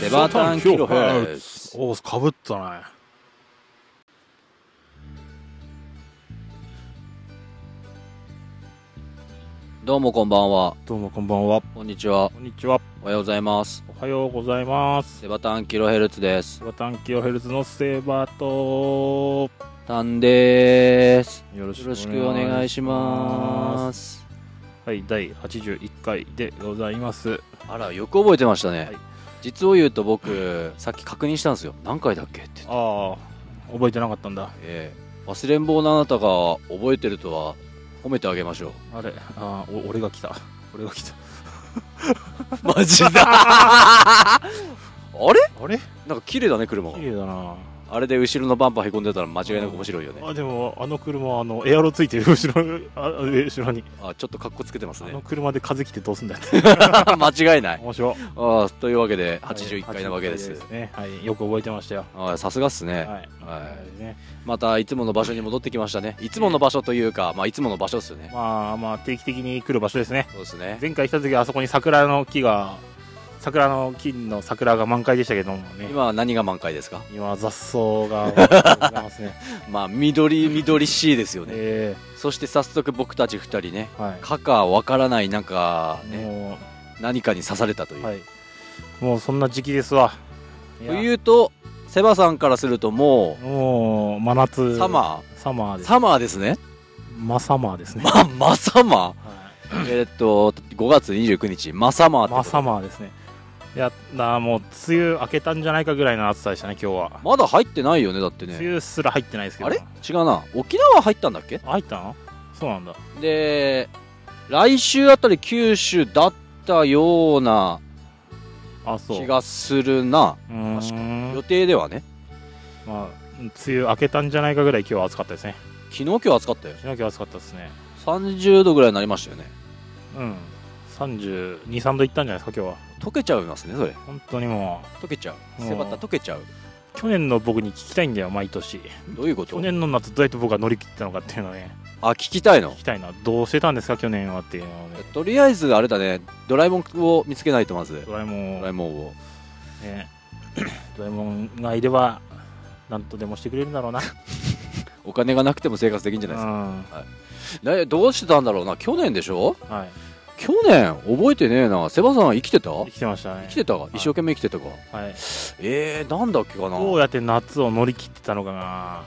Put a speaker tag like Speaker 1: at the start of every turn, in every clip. Speaker 1: セバタン・キロフェス
Speaker 2: おおかぶったね
Speaker 1: どうもこんばんは
Speaker 2: どうもこんばんは
Speaker 1: こんにちは
Speaker 2: こんにちは
Speaker 1: おはようございます
Speaker 2: おはようございます
Speaker 1: セバタン・キロヘルツです
Speaker 2: セバタンキロヘルツのセーバーと
Speaker 1: タンです
Speaker 2: よろ
Speaker 1: よろしくお願いします
Speaker 2: はい第81回でございます
Speaker 1: あらよく覚えてましたね、
Speaker 2: はい
Speaker 1: 実を言うと僕さっき確認したんですよ何回だっけって、
Speaker 2: ああ覚えてなかったんだ
Speaker 1: ええ忘れん坊のあなたが覚えてるとは褒めてあげまし ょ
Speaker 2: あれあーお俺が来た俺が来た
Speaker 1: うマジだあれ
Speaker 2: あれ
Speaker 1: なんか綺麗だね車が
Speaker 2: 綺麗だな
Speaker 1: あれで後ろのバンパーへこんでたら間違いなく面白いよね
Speaker 2: あでもあの車あのエアロついてる後ろあ後ろに
Speaker 1: あちょっとかっこつけてます
Speaker 2: あ
Speaker 1: ね
Speaker 2: の車で風来てどうすんだよ
Speaker 1: 間違いない
Speaker 2: 面白い
Speaker 1: ああというわけで81回なわけです
Speaker 2: 81回ねはいよく覚えてましたよ
Speaker 1: ああさすがっすね、
Speaker 2: はい、
Speaker 1: はい
Speaker 2: ね、
Speaker 1: またいつもの場所に戻ってきましたねいつもの場所というか、まあ、いつもの場所ですよね
Speaker 2: まあまあ定期的に来る場所ですね
Speaker 1: そうですね
Speaker 2: 前回来た時はあそこに桜の木が桜の木の桜が満開でしたけどもね
Speaker 1: 今は何が満開ですか
Speaker 2: 今は雑草がございま すね
Speaker 1: まあ緑緑しいですよね
Speaker 2: え
Speaker 1: そして早速僕たち2人ね
Speaker 2: えはい
Speaker 1: かかわからないなんか、ね、
Speaker 2: も
Speaker 1: 何かに刺されたというう、
Speaker 2: はいもうそんな時期ですわいや
Speaker 1: というとセバさんからするとも
Speaker 2: もう真夏
Speaker 1: うサマ
Speaker 2: ーサマー
Speaker 1: ー
Speaker 2: です
Speaker 1: サマーですね
Speaker 2: マサマーですね、
Speaker 1: まマサマ
Speaker 2: はい
Speaker 1: ーえーっと5月29日マサマーって
Speaker 2: まさまですね。いやなあもう梅雨明けたんじゃないかぐらいの暑さでしたね、今日は。
Speaker 1: まだ入ってないよねだって
Speaker 2: 梅
Speaker 1: ね
Speaker 2: 雨すら入ってないですけど。
Speaker 1: あれ違うな沖縄入ったんだっけ
Speaker 2: 入ったのそうなんだ。
Speaker 1: で来週あたり九州だったような
Speaker 2: あ、そう。
Speaker 1: 気がするな
Speaker 2: うーん。
Speaker 1: 予定ではね
Speaker 2: まあ、梅雨明けたんじゃないかぐらい今日は暑かったですね。
Speaker 1: 昨日今日暑かったよ
Speaker 2: 昨日今日は暑かったですね。
Speaker 1: 30度ぐらいになりましたよね
Speaker 2: うん。32、3度いったんじゃないですか、今日は。
Speaker 1: 溶けちゃいますねそれ
Speaker 2: 本当にも
Speaker 1: 溶けちゃう
Speaker 2: うん
Speaker 1: 背バタ溶けちゃう
Speaker 2: う、去年の僕に聞きたいんだよ、毎年。
Speaker 1: どういうこと
Speaker 2: 去年の夏、どうやって僕が乗り切ったのかっていうのをね、
Speaker 1: あ聞きたいの
Speaker 2: 聞きたいな。どうしてたんですか、去年はっていうのをね。
Speaker 1: とりあえずあれだねドラえもんを見つけないとまず
Speaker 2: ドラえもん
Speaker 1: ド
Speaker 2: を
Speaker 1: ラえもんを
Speaker 2: ね、ドラえもんがいれば何とでもしてくれるんだろうな。
Speaker 1: お金がなくても生活できるんじゃ
Speaker 2: う
Speaker 1: なんいですかねどうしてたんだろうな去年でしょ
Speaker 2: はい、
Speaker 1: 去年覚えてねえなセバさん生きてた
Speaker 2: 生きてましたね
Speaker 1: 生きてたか一生懸命生きてたか
Speaker 2: はい、
Speaker 1: えー、なんだっけかな
Speaker 2: どうやって夏を乗り切ってたのかが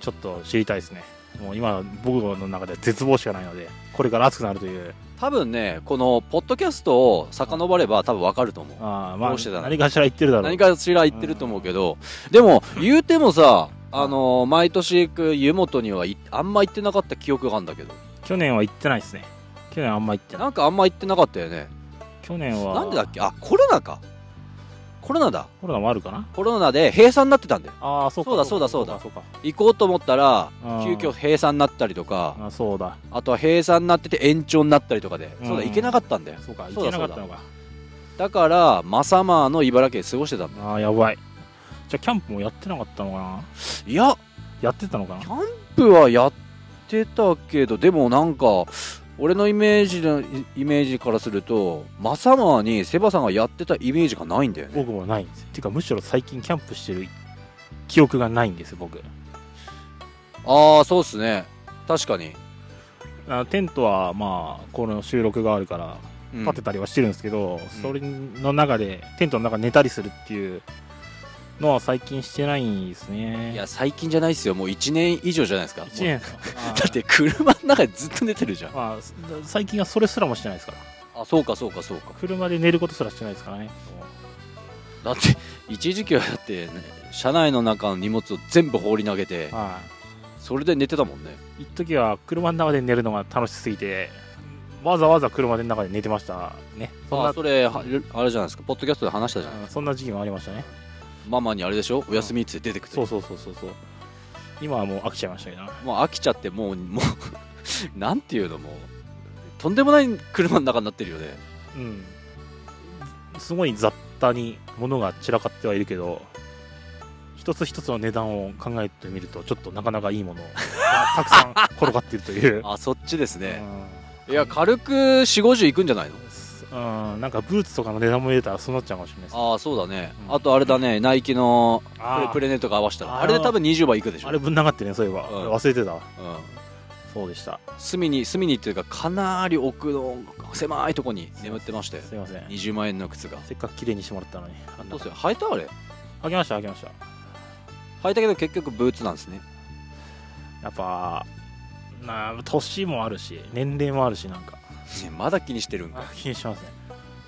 Speaker 2: ちょっと知りたいですねもう今僕の中では絶望しかないのでこれから暑くなるという
Speaker 1: 多分ねこのポッドキャストを遡れば多分わかると思う
Speaker 2: あー、ま
Speaker 1: どうしてたの
Speaker 2: あ、何かしら言ってるだろう
Speaker 1: 何かしら言ってると思うけどでも言うてもさあのー毎年行く湯本にはいあんま行ってなかった記憶があるんだけど
Speaker 2: 去年は行ってないですね去年あんま行ってない
Speaker 1: なんかあんま行ってなかったよね
Speaker 2: 去年は
Speaker 1: なんでだっけあコロナかコロナだ
Speaker 2: コロナもあるかな
Speaker 1: コロナで閉鎖になってたんだよ
Speaker 2: ああそうか
Speaker 1: そうだそうだ
Speaker 2: そうか
Speaker 1: 行こうと思ったら
Speaker 2: あー
Speaker 1: 急遽閉鎖になったりとか
Speaker 2: あそうだ
Speaker 1: あとは閉鎖になってて延長になったりとかで
Speaker 2: うん
Speaker 1: そうだ行けなかったんだよ
Speaker 2: そうか
Speaker 1: そ
Speaker 2: 行
Speaker 1: う
Speaker 2: け
Speaker 1: だ
Speaker 2: なかったのか
Speaker 1: だからマサマーの茨城で過ごしてたんだ
Speaker 2: ああやばいじゃあキャンプもやってなかったのかない
Speaker 1: や
Speaker 2: やってたのかな
Speaker 1: キャンプはやってたけどでもなんか俺のイメージのイイメージからするとマサマーにセバさんがやってたイメージがないんだよね
Speaker 2: 僕もないんですっていうかむしろ最近キャンプしてる記憶がないんです僕
Speaker 1: ああそうっすね確かに、
Speaker 2: あテントはまあこの収録があるから
Speaker 1: うん
Speaker 2: 立てたりはしてるんですけど、それの中でテントの中で寝たりするっていうのは最近してないんですね
Speaker 1: いや最近じゃないっすよもう1年以上じゃないですか
Speaker 2: 1年ですか
Speaker 1: もうだって車の中でずっと寝てるじゃん
Speaker 2: まあす最近はそれすらもしてないですから
Speaker 1: あそうかそうかそうか
Speaker 2: 車で寝ることすらしてないですからね
Speaker 1: だって一時期はだって、ね、車内の中の荷物を全部放り投げて
Speaker 2: は
Speaker 1: それで寝てたもんね
Speaker 2: い一時は車の中で寝るのが楽しすぎてわざわざ車の中で寝てましたねそん
Speaker 1: あ
Speaker 2: な
Speaker 1: ーそれはあれじゃないですかポッドキャストで話したじゃない
Speaker 2: うんそんな時期もありましたね
Speaker 1: ママにあれでしょお休みっつって出てくる
Speaker 2: そうそうそうそうそう今はもう飽きちゃいましたけど
Speaker 1: もう飽きちゃってもうもう なんていうのもうとんでもない車の中になってるよね
Speaker 2: うんすごい雑多に物が散らかってはいるけど一つ一つの値段を考えてみるとちょっとなかなかいいものがたくさ ん転がっているという
Speaker 1: あそっちですね
Speaker 2: うん
Speaker 1: いや軽く4 5 0いくんじゃないの
Speaker 2: すうん、なんかブーツとかの値段も入れたらそうなっちゃうかもしれないですね
Speaker 1: ああそうだね、
Speaker 2: うん
Speaker 1: あとあれだねナイキのプ
Speaker 2: あ
Speaker 1: レ
Speaker 2: ー
Speaker 1: プレネとか合わせたら
Speaker 2: あ
Speaker 1: あ
Speaker 2: ー
Speaker 1: れで多分20倍いくでしょ
Speaker 2: あれぶん流ってねそういえば、
Speaker 1: うん
Speaker 2: これ忘れてた
Speaker 1: うん、
Speaker 2: そうでした
Speaker 1: 隅に隅にっていうかかなり奥の狭いとこに眠ってまして
Speaker 2: すいません
Speaker 1: 20万円の靴が
Speaker 2: せっかく綺麗にしてもらったのにあん
Speaker 1: ど
Speaker 2: な
Speaker 1: うする履いたあれ
Speaker 2: あげましたあげました
Speaker 1: 履いたけど結局ブーツなんですね
Speaker 2: やっぱなあ年もあるし年齢もあるしなんか
Speaker 1: ねまだ気にしてるんか
Speaker 2: あ気にしますね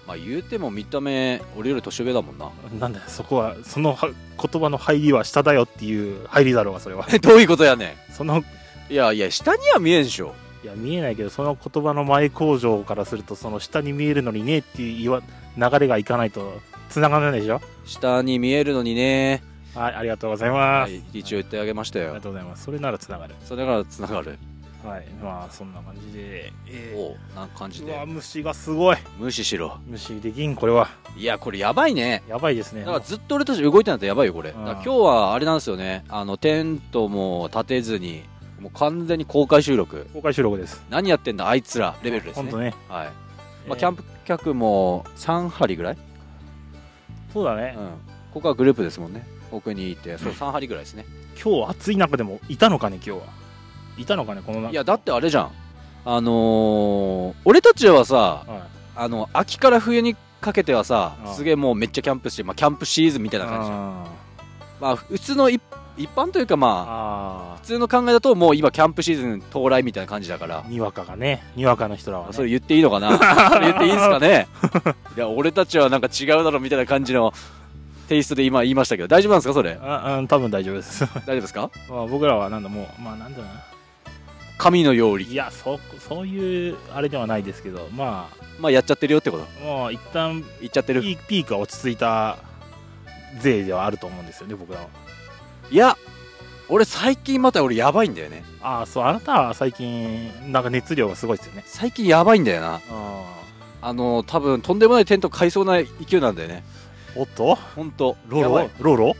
Speaker 1: まあ言うても見た目俺より年上だもんな
Speaker 2: なんだよそこはそのは言葉の入りは下だよっていう入りだろうがそれは
Speaker 1: どういうことやね
Speaker 2: その
Speaker 1: んいやいや下には見えんでしょ
Speaker 2: いや見えないけどその言葉の前工場からするとその下に見えるのにねっていう言わ流れがいかないと繋がらないでしょ
Speaker 1: 下に見えるのにね、
Speaker 2: はいありがとうございます、
Speaker 1: はい、一応言ってあげました
Speaker 2: ありが
Speaker 1: よ
Speaker 2: とうございますそれなら繋がる
Speaker 1: それからつながる
Speaker 2: はいまあそんな感じで、えー
Speaker 1: おうなんか感じ
Speaker 2: う
Speaker 1: で
Speaker 2: わ虫がすごい
Speaker 1: 無視しろ
Speaker 2: 虫できんこれはい
Speaker 1: やこれやばいね
Speaker 2: やばいですね
Speaker 1: だからずっと俺たち動いてないとやばいよこれ
Speaker 2: う
Speaker 1: だ
Speaker 2: ん
Speaker 1: から今日はあれなんですよねあのテントも立てずにもう完全に公開収録
Speaker 2: 公開収録です
Speaker 1: 何やってんだあいつらレベルです
Speaker 2: 本
Speaker 1: ね
Speaker 2: 当ね、
Speaker 1: はい
Speaker 2: え
Speaker 1: まあ、
Speaker 2: ー
Speaker 1: キャンプ客も3針ぐらい、
Speaker 2: そうだ
Speaker 1: うん
Speaker 2: ね、、
Speaker 1: ここはグループですもんね奥にいてそう3針ぐらいですね
Speaker 2: 今日暑い中でもいたのかね今日はいたのかねこの中
Speaker 1: いやだってあれじゃんあのー俺たちはさ
Speaker 2: はい
Speaker 1: あの秋から冬にかけてはさ
Speaker 2: うん
Speaker 1: すげえもうめっちゃキャンプして、まあ、キャンプシーズンみたいな感じじゃん
Speaker 2: あ
Speaker 1: まあ普通の一一般というか
Speaker 2: ー
Speaker 1: まあ
Speaker 2: あ
Speaker 1: 普通の考えだともう今キャンプシーズン到来みたいな感じだから
Speaker 2: ーにわかがねにわかの人らは、ね、
Speaker 1: それ言っていいのかなそれ言っていいんすかねいや俺たちはなんか違うだろみたいな感じのテイストで今言いましたけど大丈夫なんですかそれ
Speaker 2: あうん多分大丈夫です
Speaker 1: 大 丈夫ですか
Speaker 2: まあ僕らはなんだもうまあなんだろうな
Speaker 1: 神のよう
Speaker 2: い
Speaker 1: に
Speaker 2: やそそういうあれではないですけどま
Speaker 1: まあやっちゃってるよってこと
Speaker 2: あもう一旦
Speaker 1: 言っちゃってる
Speaker 2: ピピークは落ち着いた勢ではあると思うんですよね僕らはい
Speaker 1: や俺最近また俺やばいんだよね
Speaker 2: ああそうあなたは最近なんか熱量がすごいですよね
Speaker 1: 最近やばいんだよな
Speaker 2: あ
Speaker 1: あの多分とんでもないテント買いそうな勢いなんだよね
Speaker 2: ーおっと
Speaker 1: ほんと
Speaker 2: ロ
Speaker 1: や
Speaker 2: ロ
Speaker 1: ばい
Speaker 2: ロロ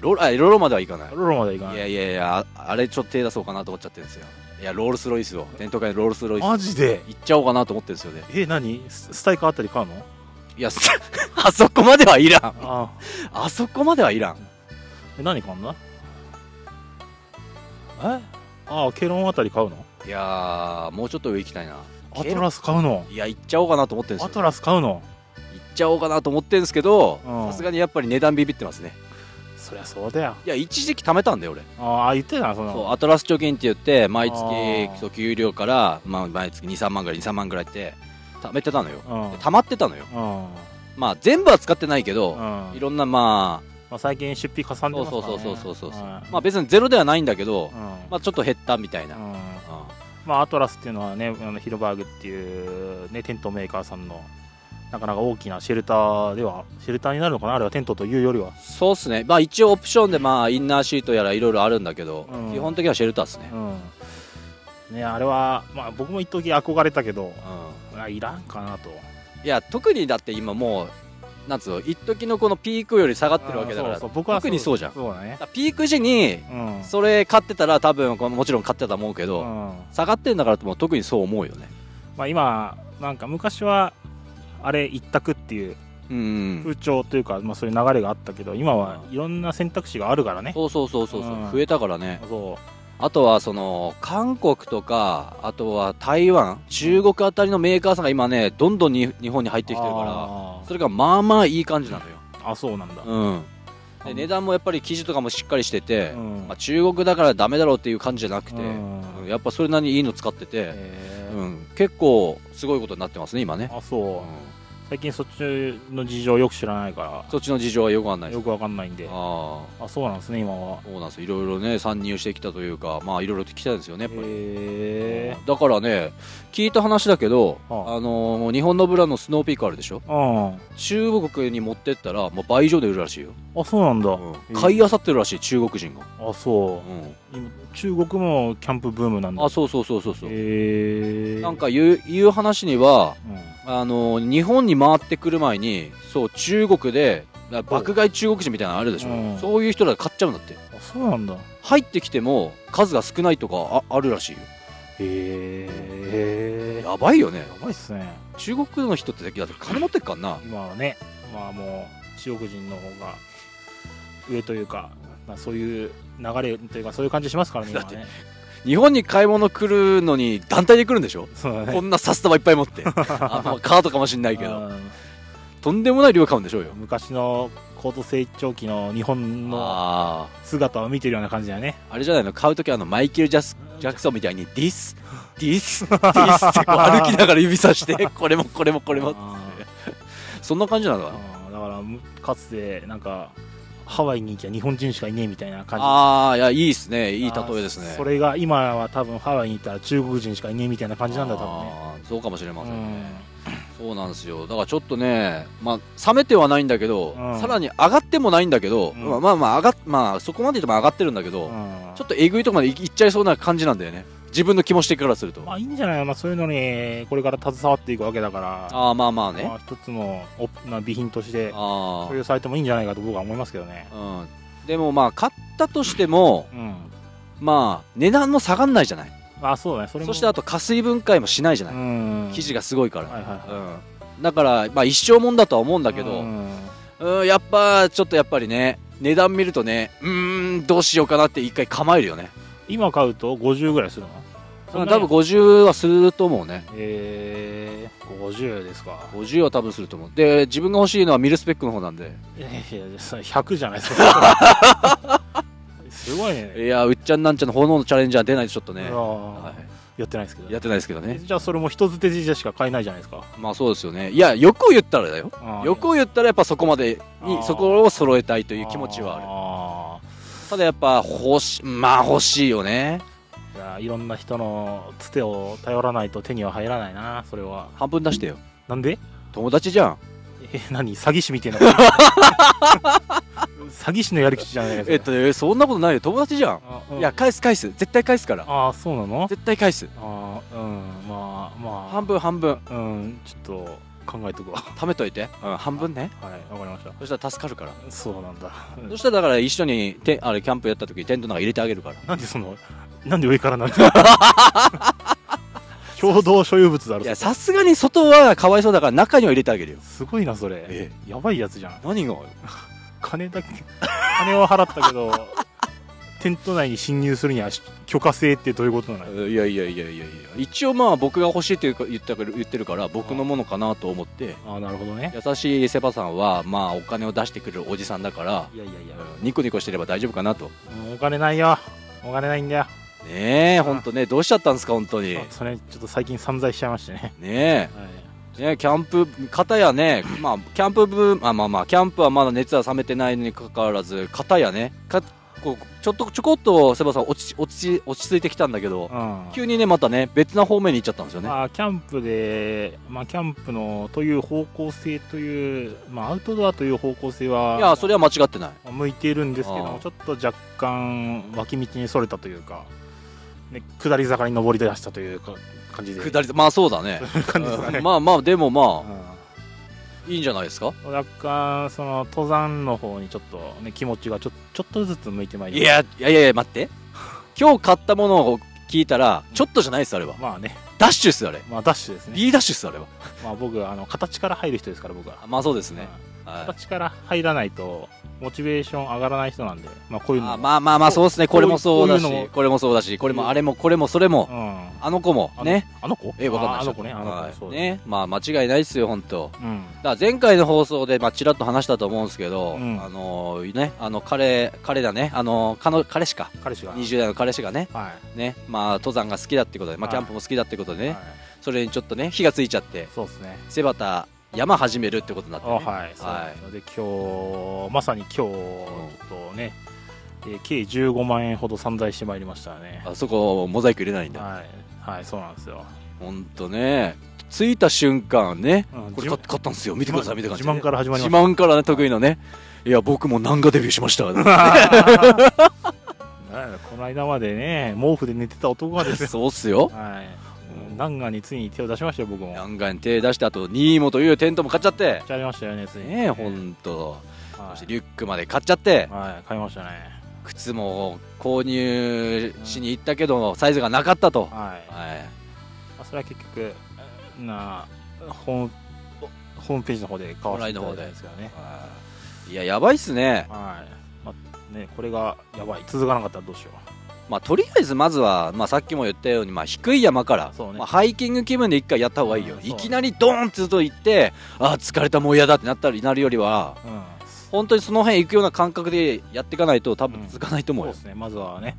Speaker 1: ロールあロールまではいかない
Speaker 2: ロロまでいかないい
Speaker 1: やいやいやああれちょっと手出そうかなと思っちゃってるんですよいやロールスロイスをテント界のロールスロイス
Speaker 2: マジで
Speaker 1: 行っちゃおうかなと思ってるんですよね
Speaker 2: え何ススタイカーあたり買うの
Speaker 1: いや、す あそこまではいらん。
Speaker 2: ああ
Speaker 1: あそこまではいらん。
Speaker 2: え何買うんだえああケロンあたり買うの
Speaker 1: いやー、もうちょっと上行きたいな。
Speaker 2: ア
Speaker 1: ケロン
Speaker 2: トラス買うの
Speaker 1: いや、行っちゃおうかなと思ってるんで
Speaker 2: ア
Speaker 1: すよ。
Speaker 2: トラス買うの
Speaker 1: 行っちゃおうかなと思ってるんですけど、
Speaker 2: うん
Speaker 1: さすがにやっぱり値段ビビってますね。
Speaker 2: そりゃそうだよ
Speaker 1: いや、一時期貯めたんだよ、俺。
Speaker 2: ああ言ってたなその
Speaker 1: そう、アトラス貯金って言って、毎
Speaker 2: あー
Speaker 1: 月、そう、給料から、まあ、毎月2、3万ぐらい、2、3万ぐらいって、貯めてたのよ。
Speaker 2: うん
Speaker 1: で貯まってたのよ。
Speaker 2: うん
Speaker 1: まあ、全部は使ってないけ
Speaker 2: うん
Speaker 1: ど、
Speaker 2: ま
Speaker 1: いろんな、ま
Speaker 2: あ、最近出費かさ
Speaker 1: あ、
Speaker 2: んで
Speaker 1: そう
Speaker 2: ますか
Speaker 1: そう
Speaker 2: ら、ね、
Speaker 1: そうそうそうそう。
Speaker 2: はい
Speaker 1: まあ、別にゼロではないんだけど
Speaker 2: う、ん
Speaker 1: まあ、ちょっと減ったみたいな。
Speaker 2: うん
Speaker 1: うん
Speaker 2: まあ、アトラスっていうのはねあのヒルバーグっていう、ね、テントメーカーさんのなかなか大きなシェルターではシェルターになるのかなあれはテントというよりは
Speaker 1: そうっすね、まあ、一応オプションでまあインナーシートやらいろいろあるんだけど、
Speaker 2: うん
Speaker 1: 基本的にはシェルターっすね、
Speaker 2: うんね、あれは、まあ、僕も一時憧れたけど
Speaker 1: う
Speaker 2: あいらんかなと
Speaker 1: ん、いや特にだって今もうなんつうの一時のこのピークより下がってるわけだか
Speaker 2: あ
Speaker 1: ら
Speaker 2: そうそう僕は
Speaker 1: 特にそうじゃんだか
Speaker 2: そうだね
Speaker 1: らピーク時に
Speaker 2: うん
Speaker 1: それ買ってたら多分このもちろん買ってたと思うけ
Speaker 2: う
Speaker 1: ど、
Speaker 2: ん
Speaker 1: 下がってんだからもう特にそう思うよね
Speaker 2: まあ、今なんか昔はあれ一択っていう
Speaker 1: うん
Speaker 2: 風潮というか、まあ、そういう流れがあったけど今は
Speaker 1: うん
Speaker 2: いろんな選択肢があるからね
Speaker 1: そうそうそうそうそう、
Speaker 2: うん
Speaker 1: 増えたからね
Speaker 2: そ
Speaker 1: あとはその韓国とかあとは台湾中国あたりのメーカーさんが今ねどんどんに日本に入っ
Speaker 2: う
Speaker 1: てきてるから
Speaker 2: あ
Speaker 1: それがまあまあいい感じなのよ
Speaker 2: ーあそうなんだ、
Speaker 1: うん、
Speaker 2: う
Speaker 1: で
Speaker 2: ん
Speaker 1: 値段もやっぱり生地とかもしっかりしてて、
Speaker 2: うん
Speaker 1: まあ、中国だからダメだろうっていう感じじゃなくて、
Speaker 2: うん
Speaker 1: うんやっぱそれなりにいいの使ってて、
Speaker 2: へー
Speaker 1: うん、結構すごいことになってますね今ね、
Speaker 2: あそう
Speaker 1: うん、
Speaker 2: 最近そっちの事情よく知らないか
Speaker 1: そっちの事情はよくわかんな
Speaker 2: ら
Speaker 1: いで
Speaker 2: よ
Speaker 1: す
Speaker 2: くわかんないんであ
Speaker 1: ああ
Speaker 2: そうなんですね今は
Speaker 1: そうなんですよいろいろね参入してきたというかまあいろいろ来たんですよねやっぱり、
Speaker 2: へえ
Speaker 1: うんだからね聞いた話だけど、
Speaker 2: はあ
Speaker 1: あのー日本のブランドのスノーピークあるでしょ
Speaker 2: うん
Speaker 1: 中国に持ってったらもう倍以上で売るらしいよ、
Speaker 2: あそうなんだ、
Speaker 1: うん買い漁ってるらしい中国人が、
Speaker 2: あそうう今中国もキャンプブームなん
Speaker 1: ん、
Speaker 2: だ
Speaker 1: あそうそうそうそうそう、
Speaker 2: へえ
Speaker 1: なん、か言う言う話には
Speaker 2: うん、
Speaker 1: あの日本に回ってくる前にそう中国でだから爆買い中国人みたいなのあるでしょ、
Speaker 2: うん
Speaker 1: そういう人らが買っちゃうんだって
Speaker 2: あそうなんだへ
Speaker 1: 入ってきても数が少ないとかああるらしいよ
Speaker 2: え
Speaker 1: やばいよね
Speaker 2: やばいっすね
Speaker 1: 中国の人ってだって金持ってっかんな
Speaker 2: 今はねまあもう中国人の方が上というか、まあ、そういう流れというかそういう感じしますからね今はね
Speaker 1: 日本に買い物来るのに団体で来るんでしょ
Speaker 2: そうだね
Speaker 1: こんな札束いっぱい持って あまあカードかもしんないけどとんでもない量買うんでしょうよ
Speaker 2: うん昔の高度成長期の日本の
Speaker 1: あ
Speaker 2: 姿を見てるような感じだね
Speaker 1: ああれじゃないの買う時あのマイケル・ジャスジャクソンみたいに「ディ スディスディス」ってこう歩きながら指さして これもこれもこれも
Speaker 2: あー
Speaker 1: そんな感じなのかな
Speaker 2: あーだからむかつてなんかハワイに行きゃ日本人しかいねえみたいな感じ
Speaker 1: ああいやいいっすねいい例えです
Speaker 2: あ
Speaker 1: ね
Speaker 2: ーそれが今は多分ハワイに行ったら中国人しかいねえみたいな感じなんだ多分ね
Speaker 1: あーそうかもしれませんね、
Speaker 2: うん
Speaker 1: そうなんですよだからちょっとね、まあ、冷めてはないんだけど、
Speaker 2: うん
Speaker 1: さらに上がってもないんだけど、
Speaker 2: うん
Speaker 1: まあまあまあ上がっ、まあ、そこまで言っても上がってるんだけど、
Speaker 2: うん
Speaker 1: ちょっとえぐいとこまでいいっちゃいそうな感じなんだよね自分の気持ちからすると、
Speaker 2: まあいいんじゃない、まあ、そういうのにこれから携わっていくわけだから
Speaker 1: ああまあまあ
Speaker 2: ま
Speaker 1: ね
Speaker 2: あ、一つのお、まあ、備品として
Speaker 1: あ
Speaker 2: 所有されてもいいんじゃないかと僕は思いますけどね
Speaker 1: あ、うん、でもまあ買ったとしても
Speaker 2: うん
Speaker 1: まあ値段も下がんないじゃない
Speaker 2: あそうだねそれも
Speaker 1: そしてあと加水分解もしないじゃな
Speaker 2: う
Speaker 1: い、
Speaker 2: ん
Speaker 1: 生地がすごいから、
Speaker 2: はいはいは
Speaker 1: うん、だから、まあ、一生もんだとは思うん
Speaker 2: い
Speaker 1: だけど、
Speaker 2: うん
Speaker 1: うん、やっぱちょっとやっぱりね値段見るとねうーんどうしようかなって一回構えるよね
Speaker 2: 今買うと50ぐらいするの
Speaker 1: 多
Speaker 2: そん
Speaker 1: 分
Speaker 2: なに
Speaker 1: 50はすると思うね
Speaker 2: えー、50ですか
Speaker 1: 50は多分すると思うで自分が欲しいのはミルスペックの方なんで
Speaker 2: いやいやいやそれ100じゃないですか すごい
Speaker 1: い
Speaker 2: ね
Speaker 1: やうっちゃんなんちゃんの炎のチャレンジャー出ないとちょっとね、
Speaker 2: うわー
Speaker 1: は
Speaker 2: やってないですけど
Speaker 1: い、やってないですけどね
Speaker 2: じゃあそれも人捨てじゃしか買えないじゃないですか
Speaker 1: まあそうですよねいや欲を言ったらだよ
Speaker 2: あー
Speaker 1: 欲を言ったらやっぱそこまで
Speaker 2: あ
Speaker 1: に
Speaker 2: ー
Speaker 1: そこを揃えたいという気持ちはある
Speaker 2: あ
Speaker 1: ただやっぱ欲しまあ欲しいよね
Speaker 2: ーいやいろんな人のつてを頼らないと手には入らないなそれは
Speaker 1: 半分出してよ
Speaker 2: なんで
Speaker 1: 友達じゃん
Speaker 2: え何詐欺師みた いなこと詐欺師のやる気じゃないですか
Speaker 1: えっとえそんなことないよ友達じゃん
Speaker 2: あうん
Speaker 1: いや返す返す絶対返すから
Speaker 2: ああそうなの
Speaker 1: 絶対返す
Speaker 2: ああうんまあまあ
Speaker 1: 半分半分
Speaker 2: うんちょっと考えとくわ
Speaker 1: 貯めといて、うん、半分ね
Speaker 2: はいわかりました
Speaker 1: そしたら助かるから
Speaker 2: そうなんだうん
Speaker 1: そしたらだから一緒にてあれキャンプやった時テントなんか入れてあげるから
Speaker 2: なんでそのなんで上からなんて 共同所有物だろ
Speaker 1: いやさすがに外はかわいそうだから中には入れてあげるよ
Speaker 2: すごいなそれ
Speaker 1: え
Speaker 2: やばいやつじゃん
Speaker 1: 何が
Speaker 2: 金だけ金を払った けどテント内に侵入するにはし許可制ってどういうことなの
Speaker 1: いやいやいやいやいや一応まあ僕が欲しいっていうか言ったから言ってるから僕のものかなと思って
Speaker 2: ああなるほどね
Speaker 1: 優しいセバさんはまあお金を出してくれるおじさんだから
Speaker 2: いやいやいや
Speaker 1: うんニコニコしてれば大丈夫かなと
Speaker 2: うんお金ないよお金ないんだよ
Speaker 1: ねえほんとねどうしちゃったんですか本当に
Speaker 2: あそれちょっと最近散財しちゃいましてね、
Speaker 1: ね
Speaker 2: はい、
Speaker 1: えねキャンプ片やねまあキャンプブームあまあまあキャンプはまだ熱は冷めてないにかかわらず片やねかこうちょっとちょこっとセバさん落ち落ち落ち着いてきたんだけど
Speaker 2: うん
Speaker 1: 急にねまたね別な方面に行っちゃったんですよね、
Speaker 2: まあ、キャンプで、まあ、キャンプのという方向性という、まあ、アウトドアという方向性はい
Speaker 1: やそれは間違ってない
Speaker 2: 向いているんですけども
Speaker 1: あ
Speaker 2: ちょっと若干脇道にそれたというか、ね、下り坂に登り出したというか感じで
Speaker 1: 下りまあそうだ ね
Speaker 2: 感じですかね、
Speaker 1: まあまあでも
Speaker 2: う
Speaker 1: まあ
Speaker 2: ん
Speaker 1: いいんじゃないですか
Speaker 2: 若干その登山の方にちょっと、ね、気持ちがちょちょっとずつ向いてまい
Speaker 1: い
Speaker 2: りま
Speaker 1: やいやいやいや待って今日買ったものを聞いたらちょっとじゃないですあれは
Speaker 2: すまあね、
Speaker 1: ダッシュっすあれ
Speaker 2: まあ、ダッシュですね、
Speaker 1: B ダッシュっすあれは
Speaker 2: まあ、僕あの形から入る人ですから僕は、
Speaker 1: まあそうです
Speaker 2: うん
Speaker 1: ね、はい
Speaker 2: 形から入らないとモチベーション上がらない人なんで、まあ、こういうの
Speaker 1: あまあまあまあそうですね
Speaker 2: こ
Speaker 1: こ
Speaker 2: う
Speaker 1: れもそうだし
Speaker 2: こういうのも
Speaker 1: これもそうだしこれもあれもこれもそれも
Speaker 2: うん、
Speaker 1: あの子も
Speaker 2: あの
Speaker 1: ね
Speaker 2: あの子
Speaker 1: えわかんない
Speaker 2: ああ
Speaker 1: っ
Speaker 2: の
Speaker 1: す
Speaker 2: 子ねあの子、そう
Speaker 1: はい
Speaker 2: だ
Speaker 1: ねまあ間違いないですよ本当
Speaker 2: うん
Speaker 1: だから前回の放送で、まあ、ちらっと話したと思うんですけど、
Speaker 2: うん
Speaker 1: あのーね、あの彼彼だね、あのー彼の彼氏か、
Speaker 2: 彼氏が
Speaker 1: 20代の彼氏がね、
Speaker 2: はい、
Speaker 1: ねまあ、登山が好きだってことで、まあ、
Speaker 2: はい
Speaker 1: キャンプも好きだってことでね、
Speaker 2: はい、
Speaker 1: それにちょっとね、火がついちゃって、
Speaker 2: そうですね
Speaker 1: セバタ、山始めるってことになって、
Speaker 2: あ
Speaker 1: ね
Speaker 2: はい、そうなんですよで今日まさに今日ちょっとね、えー計15万円ほど散財してまいりましたね
Speaker 1: あそこ、モザイク入れないんだ、
Speaker 2: はい、はい、そうなんですよ、
Speaker 1: ほんとね、着いた瞬間ね、
Speaker 2: うん
Speaker 1: これ買
Speaker 2: 自慢
Speaker 1: っ買ったんですよ、見てください、見てください、
Speaker 2: 自慢から始まりまし
Speaker 1: 自慢からね、得意のね、いや、僕も漫画デビューしました、
Speaker 2: なんだこの間までね毛布で寝てた男がです よ
Speaker 1: そうっすよ。
Speaker 2: はい南岸についに手を出しましたよ僕もやっ
Speaker 1: 案外に手出してあとニーモというテントも買っちゃって
Speaker 2: ちゃいましたよねついに
Speaker 1: ねえほんと
Speaker 2: は
Speaker 1: そして
Speaker 2: い、
Speaker 1: リュックまで買っちゃって
Speaker 2: はい、買いましたね
Speaker 1: 靴も購入しに行ったけどサイズがなかったと
Speaker 2: はい
Speaker 1: は
Speaker 2: まあそれは結局なあホームホームページの方で買わせていただいたんですけどね
Speaker 1: いや、やばいっすね。
Speaker 2: はい、まあ、ねこれがやばい続かなかったらどうしよ
Speaker 1: まあ、とりあえずまずは、まあ、さっきも言ったように、まあ、低い山から、
Speaker 2: そうね
Speaker 1: まあ、ハイキング気分で一回やった方がいいよ
Speaker 2: う。んそう
Speaker 1: いきなりドーンってずっと行って、ああ、疲れた、もう嫌だってなったりなるよりは、
Speaker 2: う、うん、
Speaker 1: 本当にその辺行くような感覚でやっていかないと、多
Speaker 2: う
Speaker 1: 分
Speaker 2: ん
Speaker 1: 続かないと思
Speaker 2: そう
Speaker 1: うよ
Speaker 2: で。すねまずはね